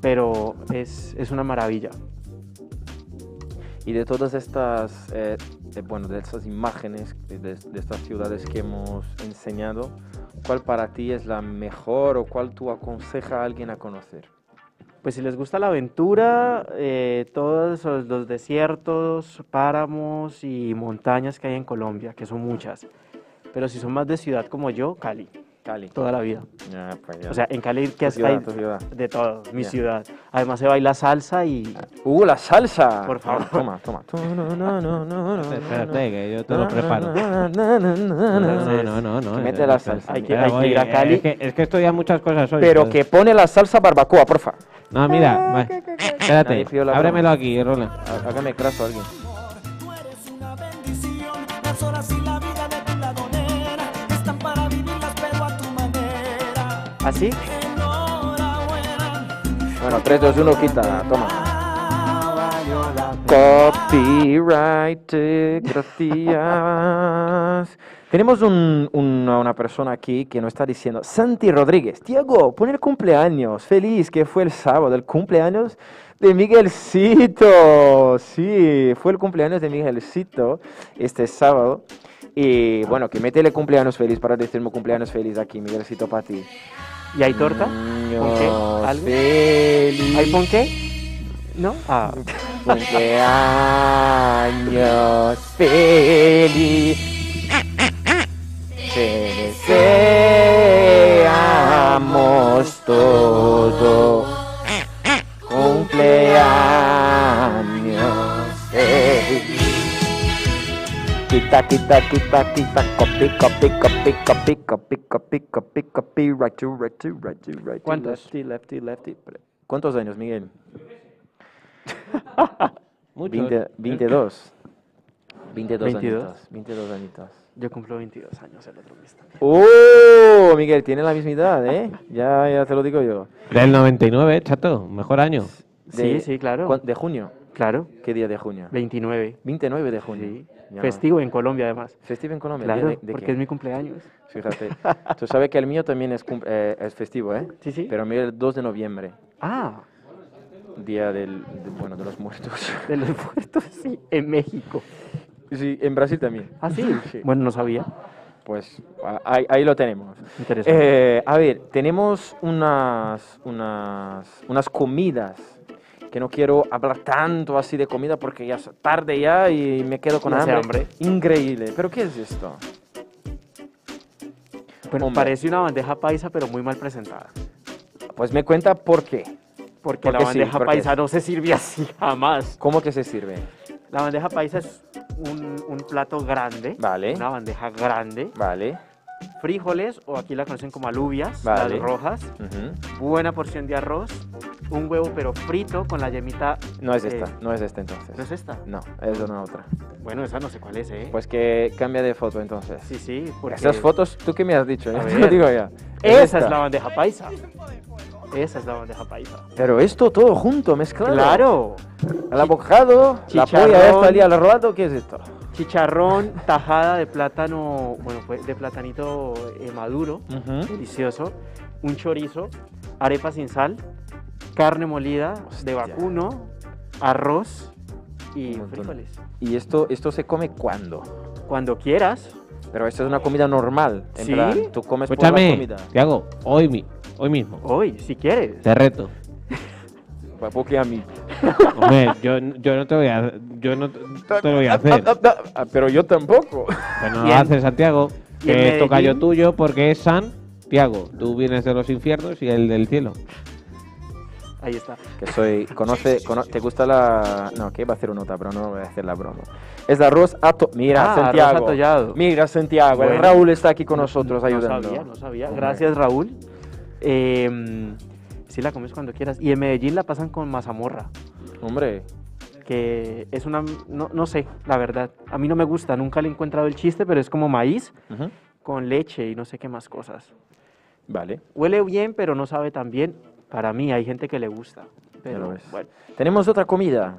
S10: pero es, es una maravilla.
S1: Y de todas estas, eh, eh, bueno, de estas imágenes, de, de estas ciudades que hemos enseñado, ¿cuál para ti es la mejor o cuál tú aconseja a alguien a conocer?
S10: Pues si les gusta la aventura, eh, todos esos- los desiertos, páramos y montañas que hay en Colombia, que son muchas. Pero si son más de ciudad como yo, Cali,
S1: Cali.
S10: toda la vida.
S1: Ah, pues ya.
S10: O sea, en Cali que
S1: Tu
S10: hasta hay
S1: ciudad, tu ciudad.
S10: de todo, mi
S1: Ya.
S10: ciudad. Además se baila salsa y
S1: ¡Uh, la salsa!
S10: Por favor.
S1: Toma, toma.
S9: Espérate, que yo te lo preparo.
S1: preparo.
S3: No, no, no, no, no, no.
S1: Mete la salsa.
S10: Hay que-
S3: Espera,
S10: hay que ir a
S3: voy, eh,
S10: Cali.
S3: Es que, es que estudian muchas cosas hoy.
S1: Pero que pone la salsa barbacoa, porfa.
S3: No,
S10: Ah,
S3: mira, va.
S1: Nadie
S3: espérate.
S1: pidió la
S3: Ábremelo aquí, Roland.
S1: Há- Hágame caso a alguien.
S11: Tú eres una bendición, las horas y la vida de tu ladonera están para vivirlas pero a tu
S1: ¿Ah,
S11: manera.
S10: así.
S11: Enhorabuena,
S1: Bueno, 3, 2, 1, quita, toma. Copyright, gracias. Tenemos un- una, una persona aquí que nos está diciendo, Santi Rodríguez, Diego, pon el cumpleaños, feliz que fue el sábado, el cumpleaños de Miguelcito. Sí, fue el cumpleaños de Miguelcito este sábado. Y bueno, que métele cumpleaños feliz para decirme cumpleaños feliz aquí, Miguelcito, para ti.
S10: ¿Y hay torta? ¿Con qué? ¿Algo?
S1: feliz.
S10: ¿Hay ponqué? ¿No? Ah,
S1: Cumpleaños feliz. Te deseamos todo. Cumpleaños feliz. Quita, quita, quita, quita, copy, copy, copy, copy, copy, copy, copy, copy, right to, right to, right to, right to,
S10: ¿Cuántos?
S1: Lefty, lefty, lefty. ¿Cuántos años, Miguel?
S3: Muchos.
S1: 20, 22. 22,
S10: 22.
S1: añitos. 22 añitos.
S10: yo cumplo 22 años el otro mes también.
S1: ¡Oh! Miguel, tiene la misma edad, ¿eh? Ya, ya te lo digo yo.
S3: Del 99, chato, mejor año.
S1: De-
S10: Sí, sí, claro.
S1: ¿cuán- ¿De junio?
S10: Claro,
S1: ¿Qué día de junio?
S10: 29.
S1: 29 de junio.
S10: Sí.
S1: Ya.
S10: Festivo en Colombia, además.
S1: Festivo en Colombia. ¿día
S10: Claro,
S1: de- de
S10: porque
S1: qué?
S10: es mi cumpleaños.
S1: Fíjate. Tú sabes que el mío también es, cum- eh, es festivo, ¿eh?
S10: Sí, sí.
S1: Pero mío es el 2 de noviembre,
S10: Ah,
S1: día del, de- bueno, de los muertos. *laughs*
S10: de los puertos, *laughs* sí, en México.
S1: Sí, en Brasil también. *laughs*
S10: Ah, sí. Bueno, no sabía.
S1: Pues a- ahí- ahí lo tenemos.
S10: Interesante.
S1: Eh, a ver, tenemos unas, unas, unas comidas que no quiero hablar tanto así de comida porque ya es tarde ya y me quedo con
S10: Ya hace
S1: hambre.
S10: hambre.
S1: Increíble. ¿Pero qué es esto?
S10: Bueno,
S1: hombre.
S10: parece una bandeja paisa, pero muy mal presentada.
S1: Pues me cuenta por qué.
S10: Porque, la
S1: Porque sí,
S10: bandeja
S1: porque
S10: paisa
S1: es-
S10: no se sirve así jamás.
S1: ¿Cómo que se sirve?
S10: La bandeja paisa es un, un plato grande.
S1: Vale.
S10: Una bandeja grande.
S1: Vale.
S10: Frijoles, o aquí la conocen como alubias,
S1: Vale.
S10: las rojas.
S1: Ujú.
S10: Buena porción de arroz. Un huevo, pero frito, con la yemita.
S1: No es
S10: eh,
S1: esta, no es esta
S10: ¿No
S1: entonces.
S10: es esta?
S1: No, es una otra.
S10: Bueno, esa no sé cuál es, ¿eh?
S1: Pues que cambia de foto entonces.
S10: sí, sí. Porque
S1: Esas fotos, ¿tú qué me has dicho? Ya *laughs*
S10: A
S1: te
S10: ver.
S1: lo digo ya.
S10: Esa es
S1: esta.
S10: la bandeja paisa. Esa es la bandeja paisa.
S1: Pero esto todo junto, mezclado.
S10: Claro.
S1: El abocado, la
S10: Chicharrón.
S1: polla esta al al rato, ¿qué es esto?
S10: Chicharrón, tajada de plátano, bueno, pues de platanito eh, maduro, delicioso. Un chorizo, arepa sin sal, carne molida de
S1: Hostia.
S10: vacuno, arroz y
S1: Un montón.
S10: frijoles.
S1: ¿Y esto, esto se come cuándo?
S10: Cuando quieras,
S1: Pero esto es una comida normal. En
S10: ¿Sí?
S1: plan, tú comes por
S3: Escúchame,
S1: la comida.
S3: Tiago, hoy, mi- hoy mismo.
S10: hoy, si quieres.
S3: Te reto.
S1: Pa- Porque a mí.
S3: Hombre, yo, yo no te voy a, yo no te te lo voy a hacer.
S1: Ah, ah, ah, Pero yo tampoco.
S3: Pues no
S10: Y
S3: lo
S10: en-
S3: haces, Santiago.
S10: y en
S3: Que es tocayo
S10: Medellín.
S3: tuyo porque es Santiago. Tú vienes de los infiernos y él del cielo.
S10: Ahí está.
S1: Que soy. Conoce. cono- ¿Te gusta la.? No, que iba a hacer una otra, pero no voy a hacer la broma. Es arroz ato. Mira,
S10: Ah, arroz
S1: Santiago.
S10: atollado.
S1: Mira, Santiago. el
S10: Bueno.
S1: Raúl está aquí con nosotros ayudando.
S10: No sabía, no sabía.
S1: Hombre.
S10: Gracias, Raúl. Eh, sí, la comes cuando quieras. Y en Medellín la pasan con mazamorra,
S1: Hombre.
S10: que es una... No, no sé, la verdad. A mí no me gusta, nunca le he encontrado el chiste, pero es como maíz
S1: Ujú.
S10: con leche y no sé qué más cosas.
S1: Vale.
S10: Huele bien, pero no sabe tan bien. Para mí, hay gente que le gusta.
S1: lo
S10: Pero
S1: ves.
S10: bueno,
S1: Tenemos otra comida.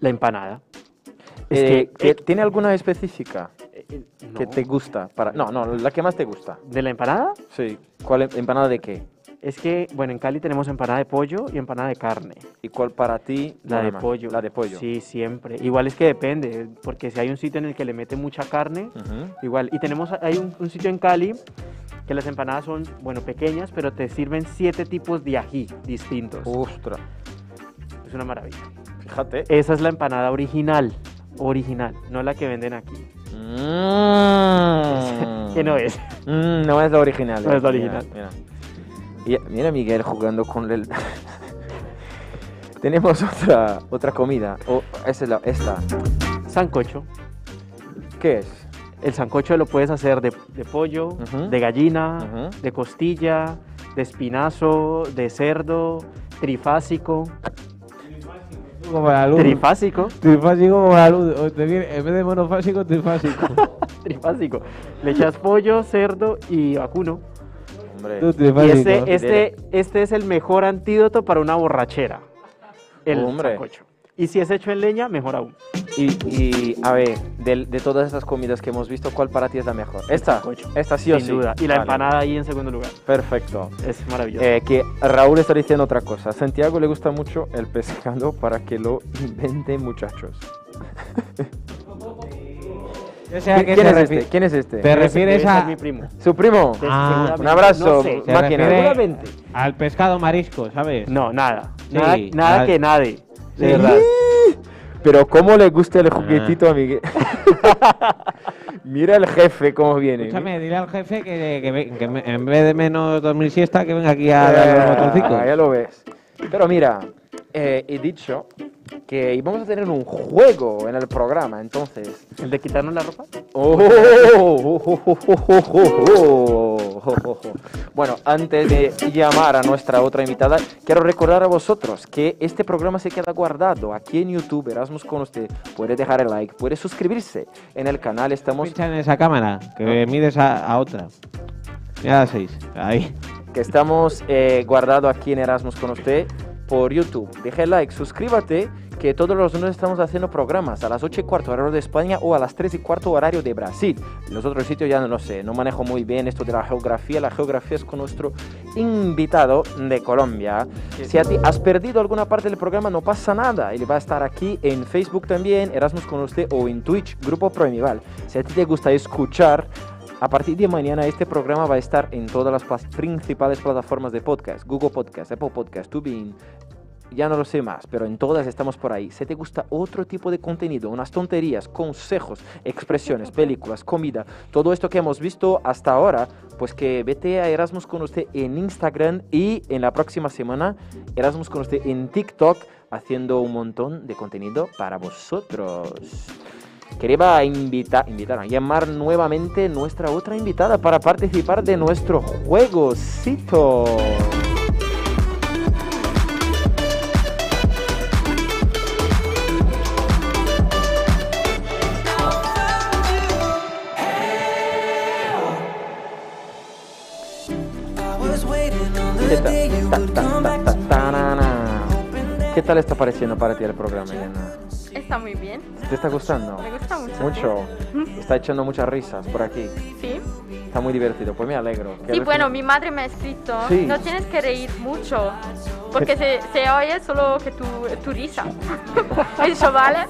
S10: la empanada. Es
S1: Eh,
S10: que-
S1: que- ¿Tiene alguna específica
S10: Eh, eh,
S1: que
S10: no.
S1: te gusta? Para... No, no, la que más te gusta.
S10: ¿De la empanada?
S1: Sí. ¿Cuál em- empanada de qué?
S10: Es que, bueno, en Cali tenemos empanada de pollo y empanada de carne.
S1: ¿Y cuál para ti?
S10: La
S1: mola
S10: de
S1: más?
S10: pollo.
S1: La de pollo.
S10: Sí, siempre. Igual es que depende, porque si hay un sitio en el que le mete mucha carne,
S1: Ujú.
S10: igual. Y tenemos, hay un, un sitio en Cali que las empanadas son, bueno, pequeñas, pero te sirven siete tipos de ají distintos.
S1: Ostras,
S10: Es una maravilla.
S1: fíjate.
S10: Esa es la empanada original, original, no la que venden aquí. *laughs*
S1: *laughs* Mm.
S10: Que no es.
S1: Mm, no es la original.
S10: No
S1: eh.
S10: es la
S1: Mira, Mira, Y- mira a Miguel jugando con el... *laughs* Tenemos otra, otra comida. O esa es la, esta.
S10: Sancocho.
S1: ¿Qué es?
S10: El sancocho lo puedes hacer de, de pollo,
S1: Ujú.
S10: de gallina,
S1: Ujú.
S10: de costilla, de espinazo, de cerdo, trifásico.
S3: Como la luz.
S10: Trifásico.
S3: Trifásico como la luz. O te viene- En vez de monofásico,
S1: *laughs*
S3: trifásico.
S10: Trifásico. Le echas pollo, cerdo y vacuno.
S1: Hombre.
S3: Tú
S10: Y
S3: trifásico.
S10: este, este, este es el mejor antídoto para una borrachera. El
S1: Hombre.
S10: sancocho. Y si es hecho en leña, mejor aún.
S1: Y, y, a ver, del- de, todas estas comidas que hemos visto, ¿cuál para ti es la mejor? Esta,
S10: sancocho,
S1: esta sí o
S10: Sin
S1: sí.
S10: duda. Y la
S1: Vale,
S10: empanada ahí en segundo lugar.
S1: Perfecto.
S10: Es maravilloso.
S1: Eh, que Raúl está diciendo otra cosa. A Santiago le gusta mucho el *laughs* pescado para que lo inventen muchachos.
S3: Yo sé a qué
S1: ¿Quién
S3: se
S1: es
S3: refi-
S1: este? ¿Quién es este?
S3: Te refieres
S9: Ese es
S3: a-
S9: mi primo.
S1: Su primo.
S3: Ah,
S1: un abrazo,
S9: No sé.
S3: Se
S1: máquina.
S3: refiere
S9: Seguramente.
S3: al pescado marisco, ¿sabes?
S10: No, nada.
S3: Sí,
S10: nada nada
S3: al-
S10: que nadie. De
S3: Sí.
S10: verdad.
S1: Pero cómo le gusta el juguetito a Miguel. *laughs* Mira el jefe cómo viene.
S3: Escúchame, dile al jefe que, que ve- que me- en vez de menos 2000 siesta, que venga aquí a dar los
S1: Ah,
S3: botoncitos.
S1: ya lo ves. Pero mira, eh, he dicho que íbamos a tener un juego en el programa, entonces.
S10: ¿El de quitarnos la ropa?
S1: Oh, *laughs* oh, oh, oh, oh, oh, oh, oh, oh, oh. Bueno, antes de llamar a nuestra otra invitada, quiero recordar a vosotros que este programa se queda guardado aquí en YouTube, Erasmus con usted. Puede dejar el like, puede suscribirse en el canal, estamos
S3: Pincha en esa cámara,
S1: Ah.
S3: que mides a, a otra. Mira las seis. Ahí.
S1: que estamos eh, guardado aquí en Erasmus con usted por YouTube. Deje like, suscríbete, que todos los lunes estamos haciendo programas a las 8 y cuarto horario de España o a las 3 y cuarto horario de Brasil. Los otros sitios ya no lo sé, no manejo muy bien esto de la geografía. La geografía es con nuestro invitado de Colombia. Si a ti has perdido alguna parte del programa, no pasa nada. Él va a estar aquí en Facebook también, Erasmus con usted o en Twitch, Grupo Proemival. Si a ti te gusta escuchar a partir de mañana este programa va a estar en todas las plas- principales plataformas de podcast, Google Podcast, Apple Podcast, TubeIn, ya no lo sé más, pero en todas estamos por ahí. Si te gusta otro tipo de contenido, unas tonterías, consejos, expresiones, películas, comida, todo esto que hemos visto hasta ahora, pues que vete a Erasmus con usted en Instagram y en la próxima semana Erasmus con usted en TikTok haciendo un montón de contenido para vosotros. Quería invitar, invitar, no, llamar nuevamente nuestra otra invitada para participar de nuestro juegocito. ¿Qué tal? Ta, ta, ta, ta, tarana. ¿Qué tal está pareciendo para ti el programa, Elena?
S6: Está muy bien,
S1: ¿Te está gustando?
S6: me gusta mucho.
S1: Mucho. Está echando muchas risas por aquí.
S6: Sí,
S1: Está muy divertido. Pues me alegro. que
S6: sí
S1: al
S6: bueno,
S1: fin-
S6: mi madre me ha escrito,
S1: Sí.
S6: no tienes que reír mucho, porque se, se oye solo que tu, tu risa. *laughs* He dicho, vale,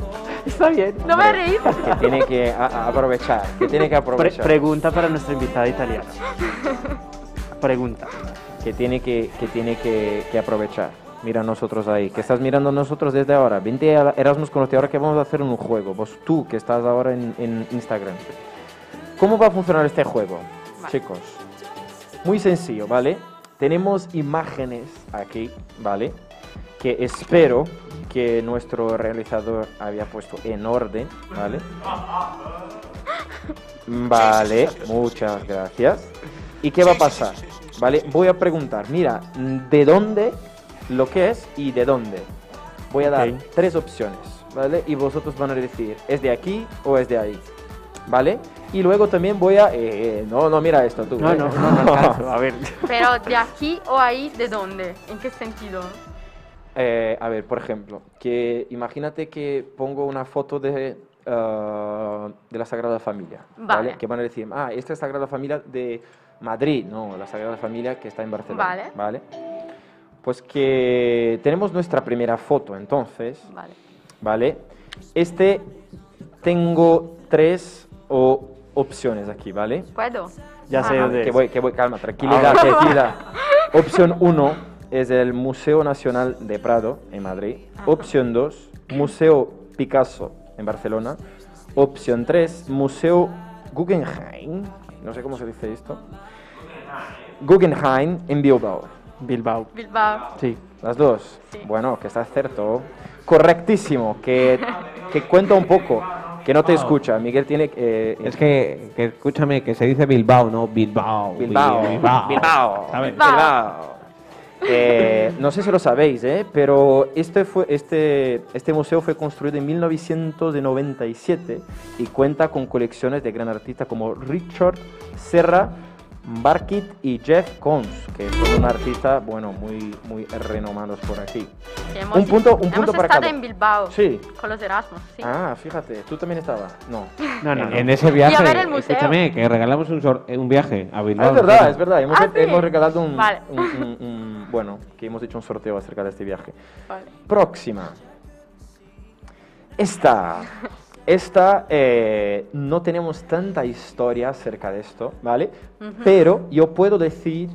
S10: Está bien.
S6: no me reí.
S1: *laughs* Que tiene que a- a- aprovechar. Que tiene que
S10: Pre-
S1: aprovechar.
S10: pregunta para nuestra invitada italiana. Pregunta.
S1: que tiene que, que, tiene que, que aprovechar. Mira nosotros ahí, que estás mirando nosotros desde ahora. Vente a Erasmus con usted ahora que vamos a hacer un juego. Vos tú que estás ahora en, en Instagram. ¿Cómo va a funcionar este juego, chicos? Muy sencillo, ¿vale? Tenemos imágenes aquí, ¿vale? Que espero que nuestro realizador había puesto en orden, ¿vale? Vale, muchas gracias. ¿Y qué va a pasar? ¿Vale? Voy a preguntar, mira, ¿de dónde lo que es y de dónde? Voy a dar
S10: Ok.
S1: tres opciones, ¿vale? Y vosotros van a decir, ¿es de aquí o es de ahí? ¿Vale? Y luego también voy a... eh, eh, no, no, mira esto tú.
S10: No,
S1: ¿eh?
S10: no, no,
S1: *laughs*
S10: no *laughs* alcanzo. A ver.
S6: Pero de aquí o ahí, ¿de dónde? ¿En qué sentido?
S1: Eh, a ver, por ejemplo, que imagínate que pongo una foto de, ah, de la Sagrada Familia, ¿vale?
S6: Vale.
S1: Que van a decir, ah, esta es Sagrada Familia de Madrid, no, la Sagrada Familia que está en Barcelona,
S6: Vale.
S1: Pues que tenemos nuestra primera foto, entonces,
S6: Vale.
S1: ¿vale? Este, tengo tres o- opciones aquí, ¿vale?
S6: ¿Puedo? Ah,
S10: Ya sé
S6: Ajá.
S10: dónde
S1: Que
S10: es.
S1: voy, que voy, calma, tranquilidad,
S10: Ah, *laughs*
S1: tranquilidad. Opción 1 es el Museo Nacional de Prado en Madrid. Opción 2, Museo Picasso en Barcelona. Opción 3, Museo Guggenheim. No sé cómo se dice esto. Guggenheim en Bilbao.
S10: Bilbao.
S6: Bilbao.
S10: Sí.
S1: Las dos.
S6: Sí.
S1: Bueno, que estás cierto. Correctísimo. Que, que cuenta un poco. Que no te escucha. Miguel tiene eh,
S3: Es que, que escúchame, que se dice Bilbao, no Bilbao.
S1: Bilbao.
S3: Bilbao.
S1: Bilbao.
S3: ¿Sabes?
S6: Bilbao.
S1: Eh, no sé si lo sabéis, ¿eh? pero este, fue, este, este museo fue construido en 1997 y cuenta con colecciones de gran artistas como Richard Serra, Barkit y Jeff Koons, que son artistas bueno, muy, muy renomados por aquí.
S6: Hemos,
S1: Un punto- un punto
S6: hemos
S1: para
S6: estado
S1: cada-
S6: en Bilbao.
S1: Sí.
S6: Con los Erasmus, sí.
S1: Ah, fíjate, tú también estabas. No.
S10: No, no,
S3: En,
S10: no.
S3: en ese viaje,
S6: Y a ver el museo.
S3: escúchame, que regalamos un, sor- un viaje a
S1: Ah,
S3: Bilbao.
S1: es verdad,
S3: nosotros.
S1: es verdad. Hemos,
S6: Ah, sí.
S1: hemos regalado un,
S6: Vale.
S1: un- un- un- Bueno, que hemos hecho un sorteo acerca de este viaje.
S6: Vale.
S1: Próxima. Esta Esta, eh, no tenemos tanta historia acerca de esto, ¿vale? Pero yo puedo decir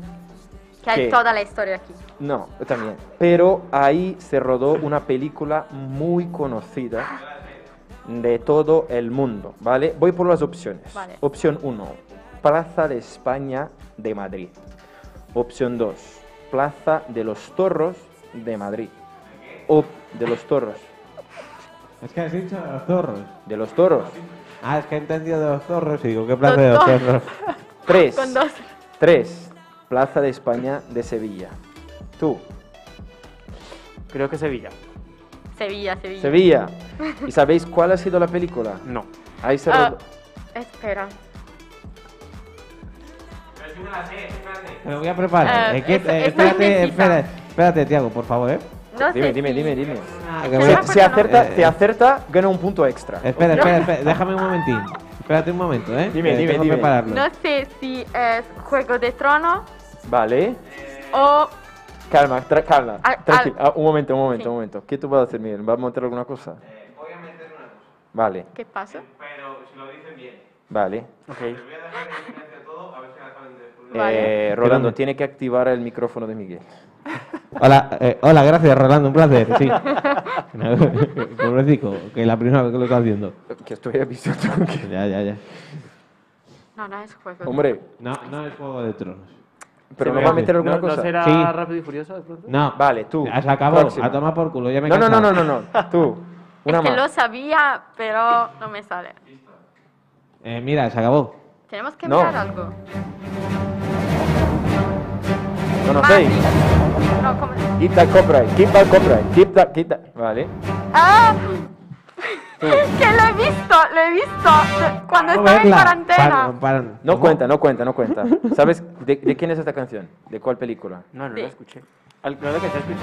S6: Que hay
S1: ¿Qué?
S6: toda la historia aquí.
S1: No, yo también. Pero ahí se rodó una película muy conocida de todo el mundo, ¿vale? Voy por las opciones.
S6: Vale.
S1: Opción 1, Plaza de España de Madrid. Opción 2, Plaza de los Torros de Madrid. Op- de los Torros.
S3: Es que has dicho de los zorros.
S1: De los Torros.
S3: Ah, es que he entendido de los zorros y digo, ¿qué plaza de los
S6: Doctor.
S3: zorros?
S1: 3,
S6: Con dos.
S1: 3, Plaza de España de Sevilla. Tú,
S10: Creo que Sevilla.
S6: Sevilla, Sevilla.
S1: Sevilla. ¿Y sabéis cuál ha sido la película?
S10: No.
S1: Ahí se
S6: Ah,
S1: rodó.
S6: espera.
S3: Te lo voy a preparar.
S6: Eh,
S3: Eh, ¿qué-
S6: esta-
S3: eh,
S6: esta
S3: espérate,
S6: es
S3: espera-
S6: indecisa.
S3: espérate, Tiago, por favor, ¿eh? Ah,
S6: No
S1: Dime,
S6: sé
S1: dime,
S6: si-
S1: dime, dime.
S3: que
S6: voy
S1: Si,
S6: a-
S1: si acerta,
S3: Eh,
S1: si acerta, gana un punto extra.
S3: Espera, espera, espera, déjame un momentín. Espérate un momento, ¿eh?
S1: Dime,
S3: Eh,
S1: dime,
S3: tengo que
S1: dime.
S3: prepararlo.
S6: No sé si es Juego de Trono
S1: Vale.
S6: o...
S1: Calma, tra- calma.
S6: Al-
S1: Tranquilo. Ah, un momento, un momento,
S6: Sí.
S1: un momento. ¿Qué tú vas a hacer, Miguel? ¿Vas a montar alguna cosa? Eh, voy a meter una cosa. Vale,
S6: ¿Qué pasó?
S1: vale.
S10: Ok.
S6: Vale.
S1: Eh, Rolando,
S3: Espérame.
S1: tiene que activar el micrófono de Miguel.
S3: Hola, eh, hola, gracias, Rolando, un placer.
S6: *laughs*
S3: Sí. *laughs* No, Pobrecito, que es la primera vez que lo estás haciendo.
S1: Que estoy *laughs* avisando. que-
S3: Ya, ya, ya.
S6: No, no es Juego de
S1: Hombre,
S3: No, no es Juego de Tronos.
S1: pero
S10: Se
S1: no
S10: me
S1: va a
S10: hace.
S1: meter alguna
S10: ¿No-
S1: cosa.
S10: ¿No será
S3: Sí.
S10: Rápido y Furioso de pronto?
S3: No. Ah,
S1: Vale, tú.
S3: Se acabó,
S1: Próxima.
S3: a tomar por culo, ya me he
S1: No, no, no, no,
S3: cansado.
S1: no, no. Tú. Una
S6: Es que lo
S1: más.
S6: sabía, pero no me sale.
S3: Eh, mira, se acabó.
S6: Tenemos que
S1: No.
S6: mirar algo.
S1: ¿Conocéis?
S6: Ah, No, ¿cómo?
S1: Keep that copyright, keep that copyright, keep that, keep that. Vale.
S6: ¡Ah! *laughs* que lo he visto, lo he visto de- cuando
S3: No
S6: estaba en
S3: verla.
S6: cuarentena.
S3: Para- para-
S1: No cuenta, no cuenta, no cuenta. ¿Sabes de, de quién es esta canción? ¿De cuál película?
S10: No, no
S6: Sí.
S10: la escuché. Al- ¿No la que se escuché?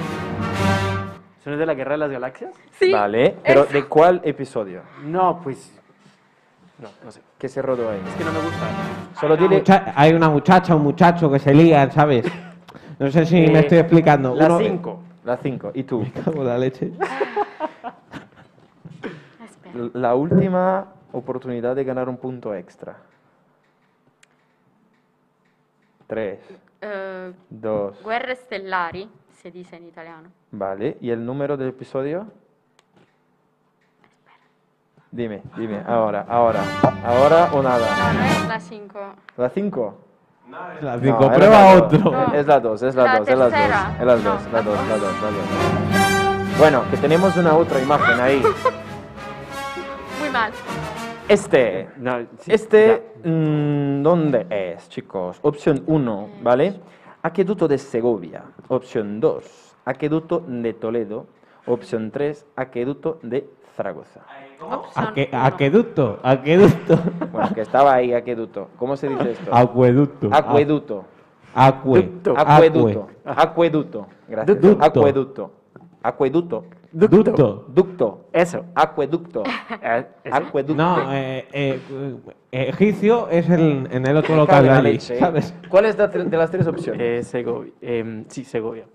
S10: ¿Eso no es de la Guerra de las Galaxias?
S6: Sí.
S1: Vale, pero
S6: esa.
S1: ¿de cuál episodio?
S10: No, pues. No, no sé.
S1: ¿Qué se rodó ahí?
S10: Es que no me gusta.
S1: Solo
S3: Una
S1: dile.
S3: mucha- hay una muchacha, un muchacho que se ligan, ¿sabes? No sé si me
S10: Eh,
S3: estoy explicando.
S10: La
S3: Uno- *laughs*
S10: 5.
S1: La 5. ¿Y tú?
S3: Cago en la leche.
S6: Espera.
S1: L- La última oportunidad de ganar un punto extra. 3,
S6: Eh,
S1: 2,
S6: guerre stellari, si dice en italiano.
S1: vale. ¿Y el número del episodio? Dime, dime, ahora, ahora. Ahora o nada.
S6: No, no es la 5.
S1: ¿La 5?
S3: La
S1: No,
S3: cinco,
S1: era
S3: prueba
S1: la dos.
S3: otro.
S6: No.
S1: Es la 2, es
S6: La
S1: la 2, es la 2.
S6: tercera.
S1: Es la 2, la
S6: No, la
S1: 2,
S6: dos.
S1: la 2, la 2. Bueno, que tenemos una otra imagen ahí.
S6: Muy mal.
S1: Este.
S10: No, sí,
S1: Este. mm, ¿Dónde es, chicos? Opción 1, ¿vale? Aqueduto de Segovia. Opción 2, Aqueduto de Toledo. Opción 3, Aqueduto de Zaragoza.
S6: Opción
S3: Aque-
S6: uno.
S3: Aqueducto,
S1: *laughs*
S3: aqueducto.
S1: Bueno, que estaba ahí, Aqueduto. ¿Cómo se dice esto?
S3: Acueducto.
S1: Acueduto.
S3: Acue.
S1: Acueduto.
S3: acue,
S1: Acueduto. Gracias.
S3: Ducto.
S1: Acueducto. Acueducto.
S3: Ducto.
S1: Ducto.
S10: Eso.
S1: Acueducto.
S10: Eh, eso.
S1: Acueducto.
S3: No, eh, eh, eh, egipcio es el, en el otro
S1: Me cago
S3: local de
S1: en la
S3: allí,
S1: leche, ¿eh?
S3: ¿sabes?
S1: ¿Cuál es la tre- de las tres opciones?
S10: Eh, Segovia. em, sí, Segovia.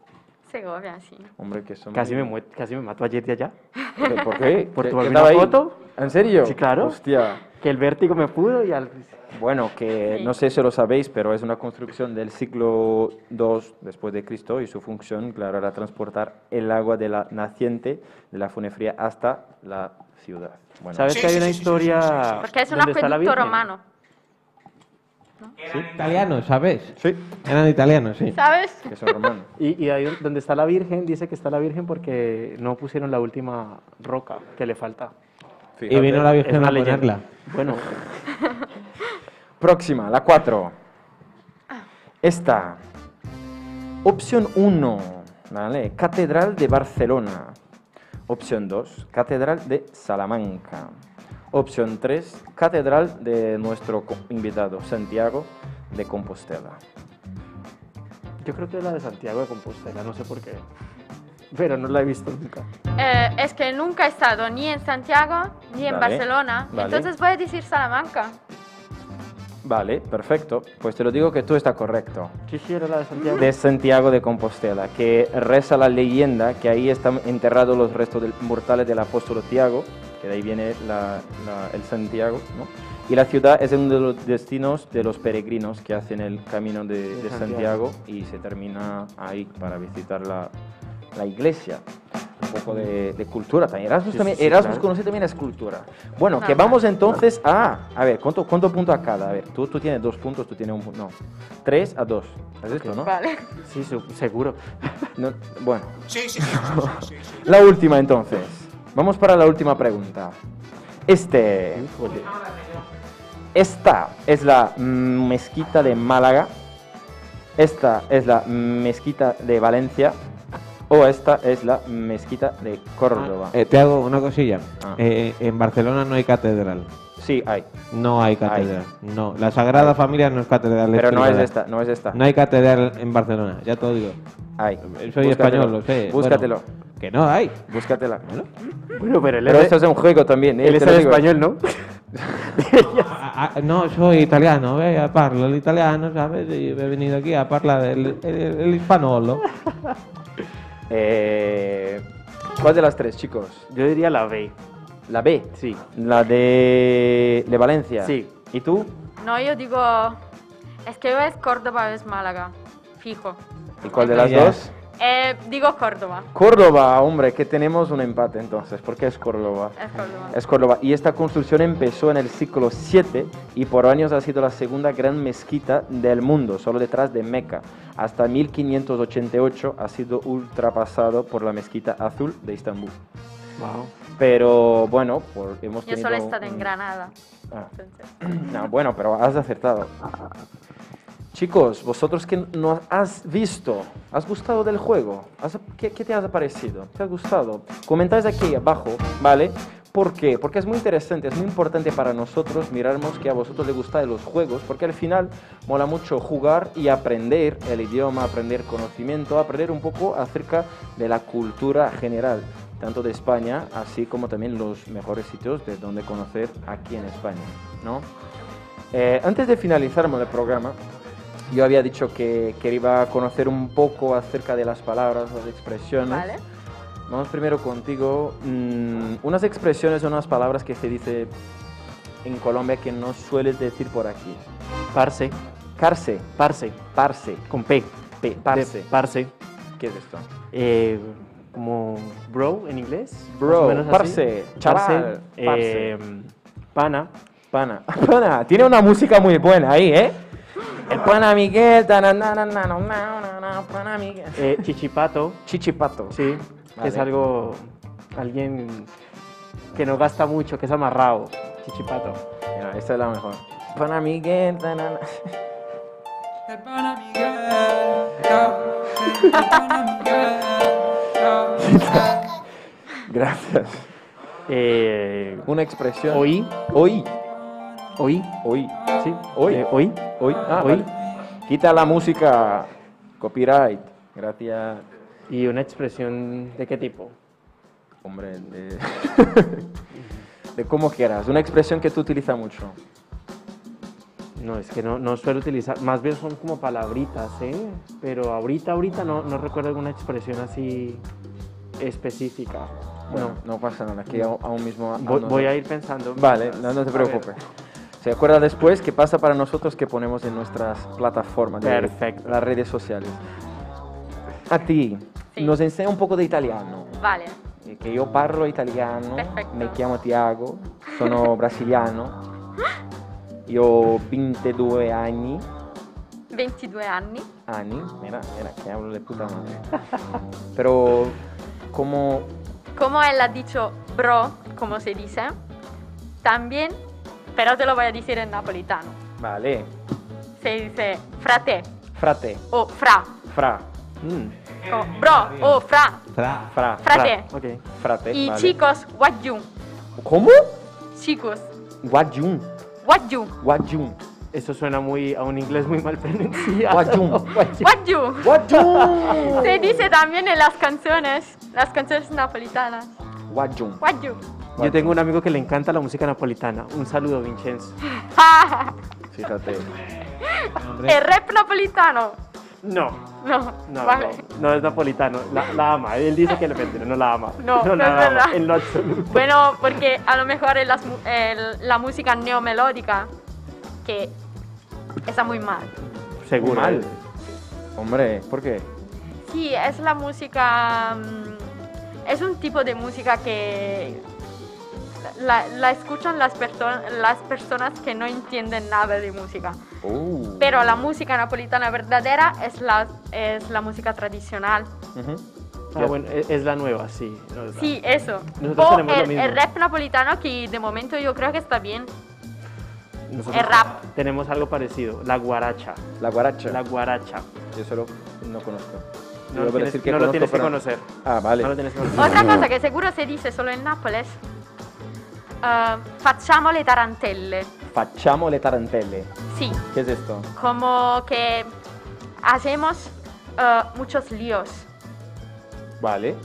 S6: Segovia, sí.
S1: Hombre, que son.
S10: Casi me, muet- casi me mató ayer de allá.
S1: ¿Pero ¿Por *laughs* qué?
S10: ¿Por
S1: ¿Que-
S10: tomar
S1: que
S10: una
S1: estaba ahí?
S10: foto?
S1: ¿En serio?
S10: Sí, claro.
S1: Hostia.
S10: Que el vértigo me pudo y al.
S1: Bueno, que
S6: Sí.
S1: no sé si lo sabéis, pero es una construcción del siglo II después de Cristo y su función, claro, era transportar el agua de la naciente de la funefría hasta la ciudad. Bueno,
S10: ¿Sabes que hay una historia.
S6: Porque es un
S10: donde está la
S6: acueducto
S10: Virgen?
S6: romano.
S3: Italiano, ¿sabes?
S1: Sí,
S3: Eran italianos, sí.
S6: ¿Sabes?
S1: que son romanos.
S10: Y, y ahí donde está la Virgen, dice que está la Virgen porque no pusieron la última roca que le falta.
S3: Y vino la
S10: Es
S3: Virgen
S10: una
S3: a
S10: leyenda.
S3: ponerla.
S10: Bueno,
S1: Próxima, la 4. Esta. Opción 1, ¿vale? Catedral de Barcelona. Opción 2, Catedral de Salamanca. Opción 3, Catedral de nuestro co- invitado, Santiago de Compostela.
S10: yo creo que es la de Santiago de Compostela, no sé por qué. Pero no la he visto nunca.
S6: Eh, es que nunca he estado ni en Santiago ni en
S1: Vale,
S6: Barcelona.
S1: vale.
S6: Entonces voy a decir Salamanca.
S1: Vale, perfecto. Pues te lo digo que tú está correcto.
S10: Sí, sí, era la de Santiago.
S1: de Santiago de Compostela, que reza la leyenda que ahí están enterrados los restos del- mortales del apóstol Tiago, que de ahí viene la- la- el Santiago, ¿no? Y la ciudad es uno de los destinos de los peregrinos que hacen el camino de, de Santiago. y se termina ahí para visitar la, la iglesia. Un poco de, de cultura también. Erasmus,
S10: Sí,
S1: también,
S10: sí,
S1: Erasmus
S10: claro.
S1: conoce también la escultura. Bueno, que
S6: Ajá.
S1: vamos entonces a... A ver, ¿cuánto, cuánto punto a cada? A ver, tú, tú tienes dos puntos, tú tienes un punto. No, tres a dos. ¿Has visto, no?
S6: Vale.
S10: Sí, su- seguro.
S1: No, bueno. La última entonces. Vamos para la última pregunta. Este. Esta es la mm, mezquita de Málaga. Esta es la mezquita de Valencia. O esta es la mezquita de Córdoba.
S9: Eh, te hago una cosilla.
S1: Ah.
S9: Eh, en Barcelona no hay catedral.
S1: Sí, hay.
S9: No hay catedral. No, la Sagrada Familia no es catedral.
S1: Pero no es
S9: verdad.
S1: esta, no es esta.
S9: No hay catedral en Barcelona, ya te lo digo.
S1: Hay.
S9: Soy
S1: Búscatelo.
S9: español, lo sé.
S1: Búscatelo.
S9: Bueno, que no hay.
S1: Búscatela.
S10: Bueno, pero él,
S1: Pero
S10: es-
S1: esto es un juego también. eh,
S10: él
S1: te
S10: es
S1: lo
S10: el
S1: digo.
S10: español, ¿no?
S9: Ah, ah, no, soy italiano, eh, parlo el italiano, ¿sabes? Y he venido aquí a hablar el, el, el hispanolo.
S1: Eh, ¿Cuál de las tres, chicos?
S10: Yo diría la B.
S1: La B.
S10: Sí.
S1: La de, de Valencia.
S10: Sí.
S1: ¿Y tú?
S6: No, yo digo, es que o es Córdoba o es Málaga, fijo.
S1: ¿Y cuál de las
S9: Ya.
S1: dos?
S6: Eh, digo Córdoba,
S1: Córdoba, hombre, que tenemos un empate entonces, porque es Córdoba.
S6: es Córdoba.
S1: Es Córdoba. Y esta construcción empezó en el siglo VII y por años ha sido la segunda gran mezquita del mundo, solo detrás de Meca. Hasta 1588 ha sido ultrapasado por la mezquita azul de Estambul.
S10: Wow.
S1: Pero bueno, por- hemos
S6: Yo
S1: tenido
S6: solo he estado en
S1: un-
S6: Granada.
S1: Ah. *clears throat*
S6: entonces.
S1: No, bueno, pero has acertado. Chicos, vosotros que no has visto, ¿has gustado del juego? ¿Has- ¿Qué, qué te ha parecido? ¿Te ha gustado? Comentáis aquí abajo, ¿vale? ¿Por qué? Porque es muy interesante, es muy importante para nosotros mirarnos que a vosotros les gusta de los juegos, porque al final mola mucho jugar y aprender el idioma, aprender conocimiento, aprender un poco acerca de la cultura general, tanto de España, así como también los mejores sitios de donde conocer aquí en España, ¿no? Eh, antes de finalizar el programa, yo había dicho que, que iba a conocer un poco acerca de las palabras, las expresiones.
S6: Vale.
S1: Vamos primero contigo. mm, unas expresiones, unas palabras que se dice en Colombia que no sueles decir por aquí.
S10: Parce.
S1: Carce,
S10: Parce.
S1: parce,
S10: Con P.
S1: pe-
S10: De
S1: parce.
S10: parce.
S1: ¿Qué es esto?
S10: Eh, como bro en inglés. más o
S1: Bro,
S10: menos así.
S1: parce, chaval,
S10: Parce,
S1: parce.
S10: eh, pana.
S1: Pana. *laughs* Pana, tiene una música muy buena ahí, ¿eh? El pana Miguel, tananananananana, pana Miguel.
S10: eh,
S1: *laughs*
S10: chichipato.
S1: Chichipato.
S10: Sí. que Es
S1: Vale.
S10: algo. Alguien que no gasta mucho, que es amarrado. Chichipato.
S1: Mira, esta es la mejor. Pana Miguel, tanana.
S11: El pana Miguel, yo. El pana Miguel, yo.
S1: Gracias.
S10: Eh,
S1: Una expresión.
S10: oí.
S1: Hoy.
S10: Oí.
S1: Hoy.
S10: Sí.
S1: Oí.
S10: eh, oí.
S1: Hoy. Ah,
S10: Oí.
S1: hoy. Quita la música. Copyright. Gracias.
S10: ¿Y una expresión de qué tipo?
S1: Hombre, de... *laughs* de como quieras. Una expresión que tú utilizas mucho.
S10: No, es que no, no suelo utilizar, más bien son como palabritas, ¿eh? Pero ahorita, ahorita no, no recuerdo alguna expresión así específica.
S1: Bueno, no, pasa nada. Que aún aún mismo.
S10: no, voy,
S1: aún no-
S10: voy a ir pensando.
S1: Vale, no, no te
S10: A ver.
S1: preocupes. Se acuerda después que pasa para nosotros que ponemos en nuestras plataformas, de-
S10: Perfecto.
S1: las redes sociales. A ti,
S6: Sí.
S1: nos enseña un poco de italiano.
S6: Vale.
S1: Eh, Che io parlo italiano,
S6: Perfetto.
S1: mi chiamo Tiago,
S6: *laughs*
S1: sono brasiliano,
S6: ¿Ah?
S1: io ho 22 anni,
S6: 22 anni.
S1: anni, mira, mira, che hablo de puta
S6: *laughs*
S1: madre. Però come
S6: Como él ha dicho bro, como se dice, también, pero te lo voy a decir en napolitano.
S1: vale,
S6: Se dice frate
S1: frate,
S6: o fra.
S1: fra,
S10: Mm,
S6: o bro o fra.
S9: Tra.
S1: fra,
S6: Frate.
S10: fra- ok.
S1: frate,
S6: Y
S1: vale.
S6: chicos, guayun.
S1: Come?
S6: Chicos,
S1: Guajun,
S6: guayun.
S1: guajun,
S10: Eso suena muy a un inglés muy mal pronunciado. *laughs*
S1: guajun,
S6: Guayun.
S1: guajun,
S6: Se dice también en las canciones, las canciones napolitanas.
S1: guajun.
S6: *laughs* Guayun.
S10: Yo tengo un amigo que le encanta la música napolitana. Un saludo, Vincenzo. *laughs*
S1: Fíjate.
S6: El rap napolitano.
S10: No,
S6: No,
S10: no,
S6: vale.
S10: no, no es napolitano, la, la ama. Él dice que le mentira, no la ama.
S6: No, no
S10: la
S6: es
S10: ama,
S6: verdad.
S10: en lo absoluto.
S6: Bueno, porque a lo mejor es las mu- el- la música neomelódica que está muy mal.
S10: Seguro.
S1: Mal. Hombre, ¿por qué?
S6: Sí, es la música. mm, Es un tipo de música que. La, la escuchan las, perso- las personas que no entienden nada de música.
S1: Uh.
S6: Pero la música napolitana verdadera es la, es la música tradicional.
S1: Ujú.
S10: Ah, bueno, es, es la nueva, sí. no es la-
S6: Sí, eso.
S10: Nosotros
S6: o
S10: tenemos lo
S6: el, el
S10: mismo.
S6: rap napolitano que de momento yo creo que está bien.
S10: Nosotros
S6: El rap.
S10: Tenemos algo parecido, la guaracha.
S1: La guaracha.
S10: La guaracha.
S1: Yo solo no conozco.
S10: No,
S1: Iba
S10: lo
S1: a
S10: tienes,
S1: decir que
S10: no lo
S1: conozco,
S10: tienes que
S1: pero-
S10: conocer.
S1: Ah, vale.
S10: No lo tienes que conocer.
S6: Otra cosa que seguro si dice solo in Nápoles. eh, facciamo le tarantelle.
S1: Facciamo le tarantelle.
S6: Sí,
S1: ¿Qué es esto?
S6: como que hacemos eh, muchos líos.
S1: Vale.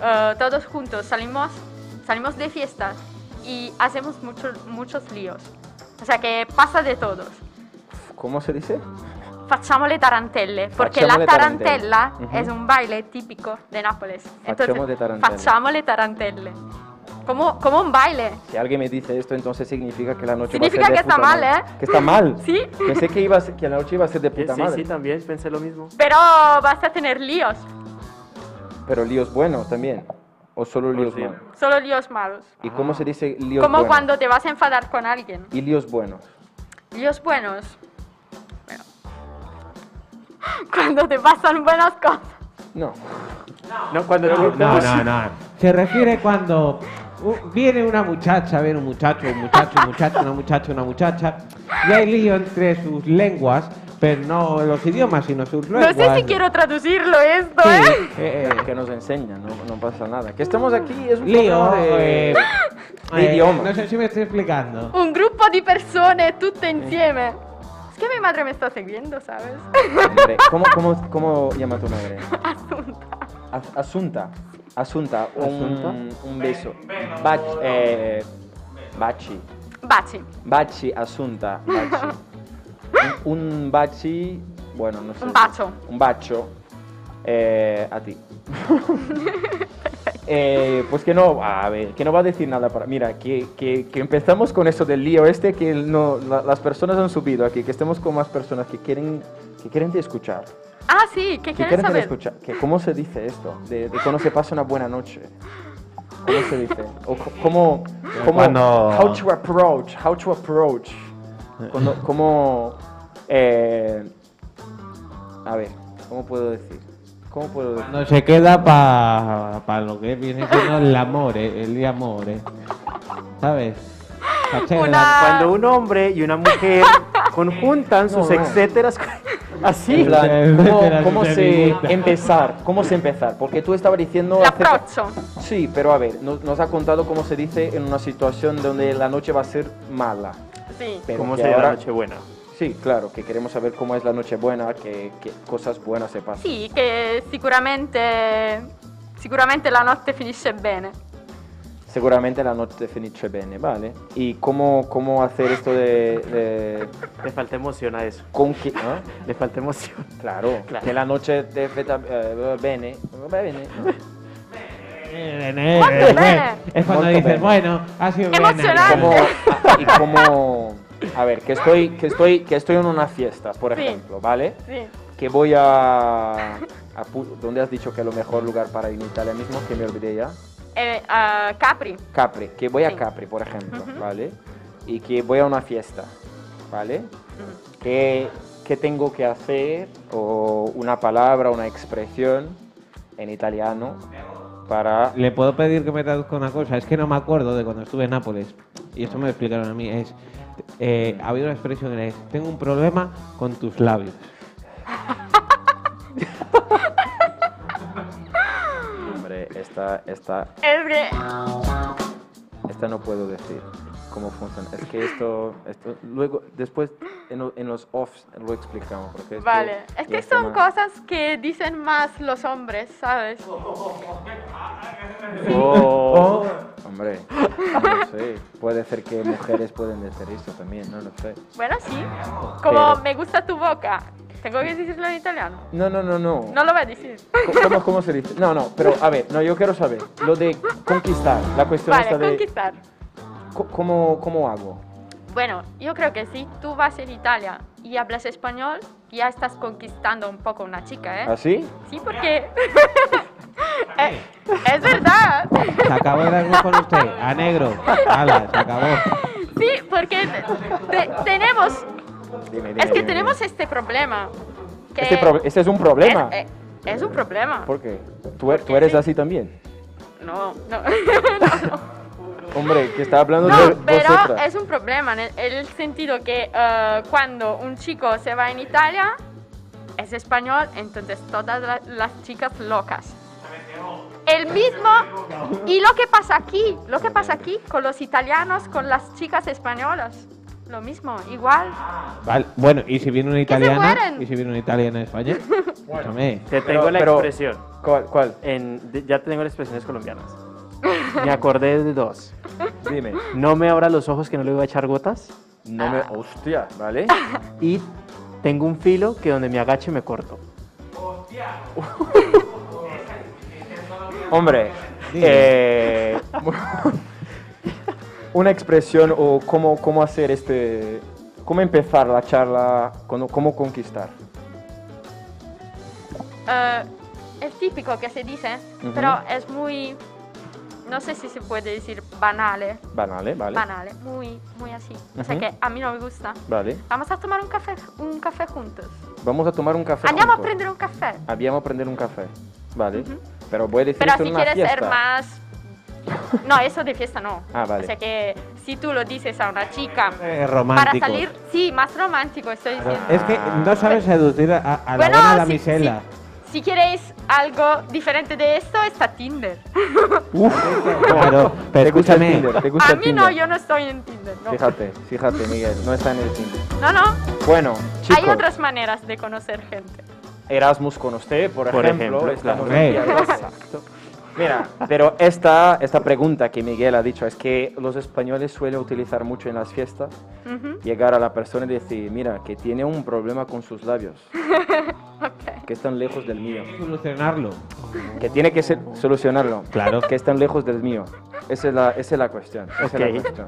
S6: Eh, todos juntos salimos, salimos de fiesta y hacemos mucho- muchos líos. O sea que pasa de todos.
S1: ¿Cómo se dice?
S6: Facciamo le tarantelle, porque
S1: Facciamo
S6: la
S1: le tarantelle.
S6: tarantella
S1: Ujú.
S6: es un baile típico de Nápoles.
S1: Facciamo le tarantelle.
S6: facciamo le tarantelle. Como, como un baile.
S1: Si alguien me dice esto, entonces significa que la noche
S6: Significa
S1: va a ser de
S6: que está
S1: puta
S6: mal,
S1: madre.
S6: ¿eh?
S1: Que está mal.
S6: Sí.
S1: Pensé que, iba a ser- que la noche iba a ser de
S10: Sí,
S1: puta
S10: sí,
S1: madre.
S10: sí, también pensé lo mismo.
S6: Pero vas a tener líos,
S1: Pero líos buenos también. O solo líos
S10: Pues sí.
S1: malos.
S6: solo líos malos.
S1: ¿Y cómo
S9: Ah.
S1: se dice líos
S6: Como
S1: buenos?
S6: cuando te vas a enfadar con alguien.
S1: Y líos buenos.
S6: Líos buenos. Bueno. *laughs* Cuando te pasan buenas cosas.
S1: No.
S10: No, cuando
S9: No, no, no, no. Se refiere cuando u- viene una muchacha, viene un muchacho, un muchacho, un muchacho, una muchacha, una muchacha, y hay lío entre sus lenguas, pero no los idiomas, sino sus
S6: No
S9: lenguas.
S6: sé si quiero traducirlo esto,
S9: Sí,
S6: ¿eh?
S9: eh,
S1: Que nos enseñan, no, no pasa nada. Que estamos aquí, es un
S9: lío,
S1: programa de-
S9: eh,
S1: de
S9: eh,
S1: idioma.
S9: No sé si me estoy explicando.
S6: Un gruppo di persone tutte insieme. Es que mi madre me está
S1: *laughs*
S6: siguiendo, ¿sabes?
S1: Hombre, ¿Cómo, cómo, cómo llama tu madre? As- Asunta. Asunta. Un, un beso. Bachi. eh, bachi.
S6: Baci.
S1: Bachi, Asunta. Bachi. un, un bachi. Bueno, no sé.
S6: Un bacio.
S1: Un bacho. eh, a ti. Eh, pues que no, a ver, que no va a decir nada para... Mira, que, que- que empezamos con eso del lío este, que no, la- las personas han subido aquí, que estemos con más personas que quieren, que quieren te escuchar.
S6: Ah, sí, ¿qué
S1: ¿Qué
S6: quieres
S1: quieren que
S6: saber?
S1: escucha? ¿Que ¿Cómo se dice esto? De, de cómo se pasa una buena noche. ¿Cómo se dice? O co- cómo, cómo
S9: Cuando-
S1: how to approach, how to approach. Cuando- cómo eh, a ver, ¿cómo puedo decir? ¿Cómo puedo decir?
S9: No se queda para lo que viene siendo el amor, eh, el amor, ¿sabes? Hacer el
S6: Una-
S10: Cuando un hombre y
S6: *laughs*
S10: una mujer conjuntan sus
S1: No, no.
S10: etcéteras. *laughs*
S1: En
S10: Así.
S1: plan, Ah, ¿cómo,
S9: Etcétera,
S1: cómo
S9: su
S1: se
S9: semiguta.
S1: empezar? ¿Cómo se empezar? Porque tú estabas diciendo... acerca-
S6: L'approccio.
S1: Sí, pero a ver, nos, nos ha contado cómo se dice en una situación donde la noche va a ser mala.
S6: Sí.
S1: Pero
S10: ¿Cómo
S1: que
S10: se llama
S1: ahora-
S10: la Nochebuena?
S1: Sí, claro, que queremos saber cómo es la Nochebuena, que, que cosas buenas se pasan.
S6: Sì, che sicuramente sicuramente la notte finisce bene.
S1: Seguramente la noche finisce bene, ¿vale? ¿Y cómo, cómo hacer esto de... de-
S10: Le falta emoción a eso.
S1: con que, ¿ah?
S10: Le
S1: *laughs*
S10: falta emoción.
S1: claro,
S10: Claro.
S1: que la noche de feta, eh, bene, va bene.
S9: Bene,
S6: Molto
S9: eh,
S6: bene.
S9: Es cuando
S1: Molto bene.
S9: dices, bueno, ha sido bene.
S6: Emozionante.
S1: ¿Cómo, ah, y cómo... A ver, que estoy, que, estoy, que estoy en una fiesta, por
S6: Sí.
S1: ejemplo, ¿vale?
S6: Sì.
S1: Que voy a... a pu- ¿Dónde has dicho que es el mejor lugar para ir en Italia mismo? Que me olvidé ya.
S6: E, eh, Capri.
S1: Capri, que voy a
S6: Sí.
S1: Capri, por ejemplo,
S6: Ujú.
S1: ¿vale? Y que voy a una fiesta, ¿vale?
S6: Mm.
S1: ¿Qué, qué tengo que hacer? O una palabra, una expresión en italiano para...
S9: Le puedo pedir que me traduzca una cosa. Es que no me acuerdo de cuando estuve en Nápoles. Y eso me lo explicaron a mí. Es, eh, había una expresión que es, tengo un problema con tus labios.
S1: Hombre, esta, esta,
S6: E perché-
S1: Ah, esta no puedo decir cómo funciona. Es que esto, esto luego, después en, lo- en los offs lo explicamos. Porque esto-
S6: Vale, es
S1: y este
S6: que
S1: esto
S6: son
S1: no-
S6: cosas que dicen más los hombres, ¿sabes?
S10: Oh.
S1: Hombre, no sé. Puede ser que mujeres pueden decir esto también, no lo sé.
S6: Bueno, sí. Como
S1: Pero-
S6: me gusta tu boca. Tengo que decirlo en italiano.
S1: No, no, no, no.
S6: No lo voy a decir.
S1: ¿Cómo, cómo se dice? No, no, pero a ver, no, yo quiero saber. Lo de conquistar, la cuestión
S6: *laughs* Vale,
S1: está de...
S6: conquistar.
S1: co- ¿Cómo, ¿Cómo hago?
S6: Bueno, yo creo que si tú vas en Italia y hablas español, ya estás conquistando un poco una chica, ¿eh?
S1: ¿Así?
S6: Sí, porque... *laughs* Eh, es verdad.
S9: Se acabó de dar uno con usted. A negro. Hala, se acabó.
S6: Sí, porque te- tenemos...
S1: Dime, dime,
S6: Es que
S1: dime,
S6: tenemos
S1: dime.
S6: este problema. que-
S1: Este, pro- este es un problema.
S6: Es, es- es un problema.
S1: ¿Por qué? ¿Tú, er- tú eres así también?
S6: No, no.
S1: Hombre, que está hablando de
S6: No, pero
S1: vosotras.
S6: es un problema en el, en el sentido que eh, cuando un chico se va en Italia, es español, entonces todas la- las chicas locas. El mismo, y lo que pasa aquí, lo que pasa aquí con los italianos, con las chicas españolas, lo mismo, igual.
S9: Vale, bueno, y si viene una
S6: se
S9: italiana.
S6: mueren.
S9: Y si viene una italiana en
S6: *laughs*
S9: España. Escúchame.
S10: Te
S1: Pero-
S10: tengo la
S1: pero-
S10: expresión.
S1: ¿Cuál? ¿Cuál?
S10: En, de- ya tengo las expresiones colombianas. Me acordé de dos.
S1: Dime.
S10: No me abra los ojos que no le voy a echar gotas.
S1: No me... Hostia,
S6: *laughs*
S1: ¿vale?
S10: Y tengo un filo que donde me agache me corto.
S1: Hombre, eh, una expresión o cómo, cómo hacer este, cómo empezar la charla, cómo, cómo conquistar.
S6: Eh, es típico que se dice,
S1: Ujú.
S6: pero es muy, no sé si se puede decir banale,
S1: Banale, vale.
S6: banale, muy, muy así. O sea
S1: Ujú.
S6: que a mí no me gusta.
S1: Vale,
S6: Vamos a tomar un café, un café juntos.
S1: vamos a tomar un café.
S6: Andiamo Ah, a
S1: juntos.
S6: prendere un caffè.
S1: Abbiamo a prender un café, vale.
S6: Ujú.
S1: Pero voy a decir
S6: Pero
S1: esto en
S6: si
S1: una
S6: quieres ser
S1: fiesta.
S6: más... No, eso de fiesta no.
S1: Ah, vale.
S6: O sea que si tú lo dices a una chica
S9: Eh,
S6: para
S9: romántico.
S6: salir... Sí, más romántico
S1: Ah,
S6: estoy diciendo.
S1: eh,
S9: Es que no sabes seducir a, a- a la
S6: Bueno,
S9: buena
S6: si-
S9: damisela.
S6: Si, si queréis algo diferente de esto, está Tinder.
S9: Claro, pero
S1: *laughs* ¿Te gusta el
S9: escúchame.
S1: Tinder? ¿Te gusta
S6: A
S1: el
S6: mí no,
S1: Tinder?
S6: yo no estoy en Tinder. No,
S1: Fíjate, fíjate, Miguel, no está en el Tinder.
S6: no, no.
S1: Bueno,
S6: hay
S1: chicos,
S6: otras maneras de conocer gente.
S1: Erasmus con usted, por,
S10: Por
S1: ejemplo,
S10: ejemplo,
S1: estamos
S9: claro.
S1: aquí hablando. Mira, pero esta, esta pregunta que Miguel ha dicho es que los españoles suelen utilizar mucho en las fiestas,
S6: Ujú.
S1: llegar a la persona y decir, mira, que tiene un problema con sus
S6: *laughs*
S1: labios, que están lejos del mío,
S9: Solucionarlo.
S1: que tiene que ser- solucionarlo,
S9: Claro.
S1: que están lejos del mío. Esa es la, esa es la cuestión. esa es la
S10: Ok.
S1: cuestión.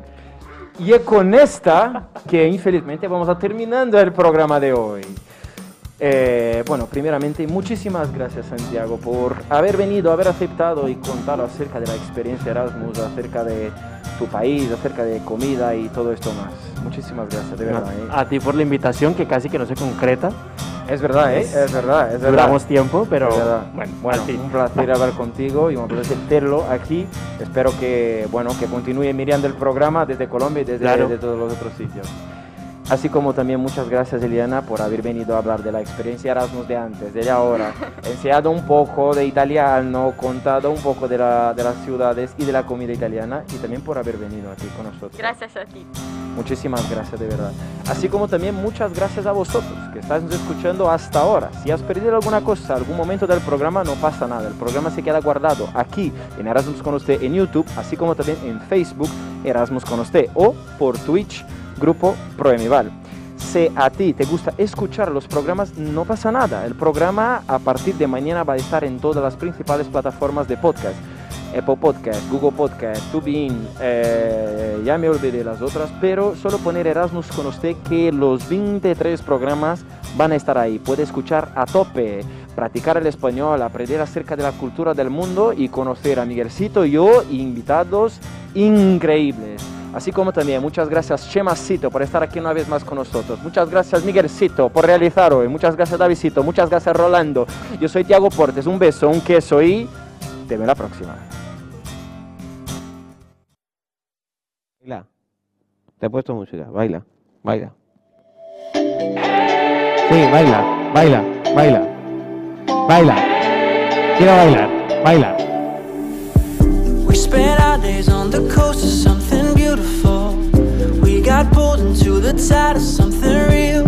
S1: Y es con esta que infelizmente vamos a terminando el programa de hoy. Eh, bueno, primeramente, muchísimas gracias Santiago por haber venido, haber aceptado y contar acerca de la experiencia Erasmus, acerca de tu país, acerca de comida y todo esto más. Muchísimas gracias, de verdad. ¿eh?
S10: A ti por la invitación que casi que no se concreta.
S1: Es verdad, ¿eh? es verdad, es verdad.
S10: Duramos tiempo, pero
S1: Es verdad.
S10: bueno,
S1: Bueno,
S10: a ti.
S1: un placer hablar contigo y un placer tenerlo aquí. Espero que, bueno, que continúe mirando el programa desde Colombia y desde,
S10: Claro.
S1: de todos los otros sitios. Así como también muchas gracias, Eliana, por haber venido a hablar de la experiencia Erasmus de antes, de
S10: *laughs*
S1: ahora. Enseñado un poco de italiano, contado un poco de, la- de las ciudades y de la comida italiana y también por haber venido aquí con nosotros.
S6: Gracias a ti.
S1: Muchísimas gracias de verdad. Así como también muchas gracias a vosotros que estáis nos escuchando hasta ahora. Si has perdido alguna cosa, algún momento del programa, no pasa nada. El programa se queda guardado aquí en Erasmus con usted en YouTube, así como también en Facebook Erasmus con usted o por Twitch Grupo Proemival. Si a ti te gusta escuchar los programas, no pasa nada. El programa a partir de mañana va a estar en todas las principales plataformas de podcast. Apple Podcast, Google Podcast, TubeIn, eh, ya me olvidé las otras, pero solo poner Erasmus con usted que los 23 programas van a estar ahí. Puede escuchar a tope, practicar el español, aprender acerca de la cultura del mundo y conocer a Miguelcito, yo y invitados increíbles. Así como también muchas gracias Chemacito por estar aquí una vez más con nosotros. Muchas gracias Miguelcito por realizar hoy. Muchas gracias Davidcito. Muchas gracias Rolando. Yo soy Tiago Portes. Un beso, un queso y te veo la próxima.
S9: Baila. Te he puesto música. Baila. Baila. Sí, baila. Baila. Baila. Baila. Quiero bailar. Baila.
S11: We spent our days on the coast of something beautiful. We got pulled into the tide of something real.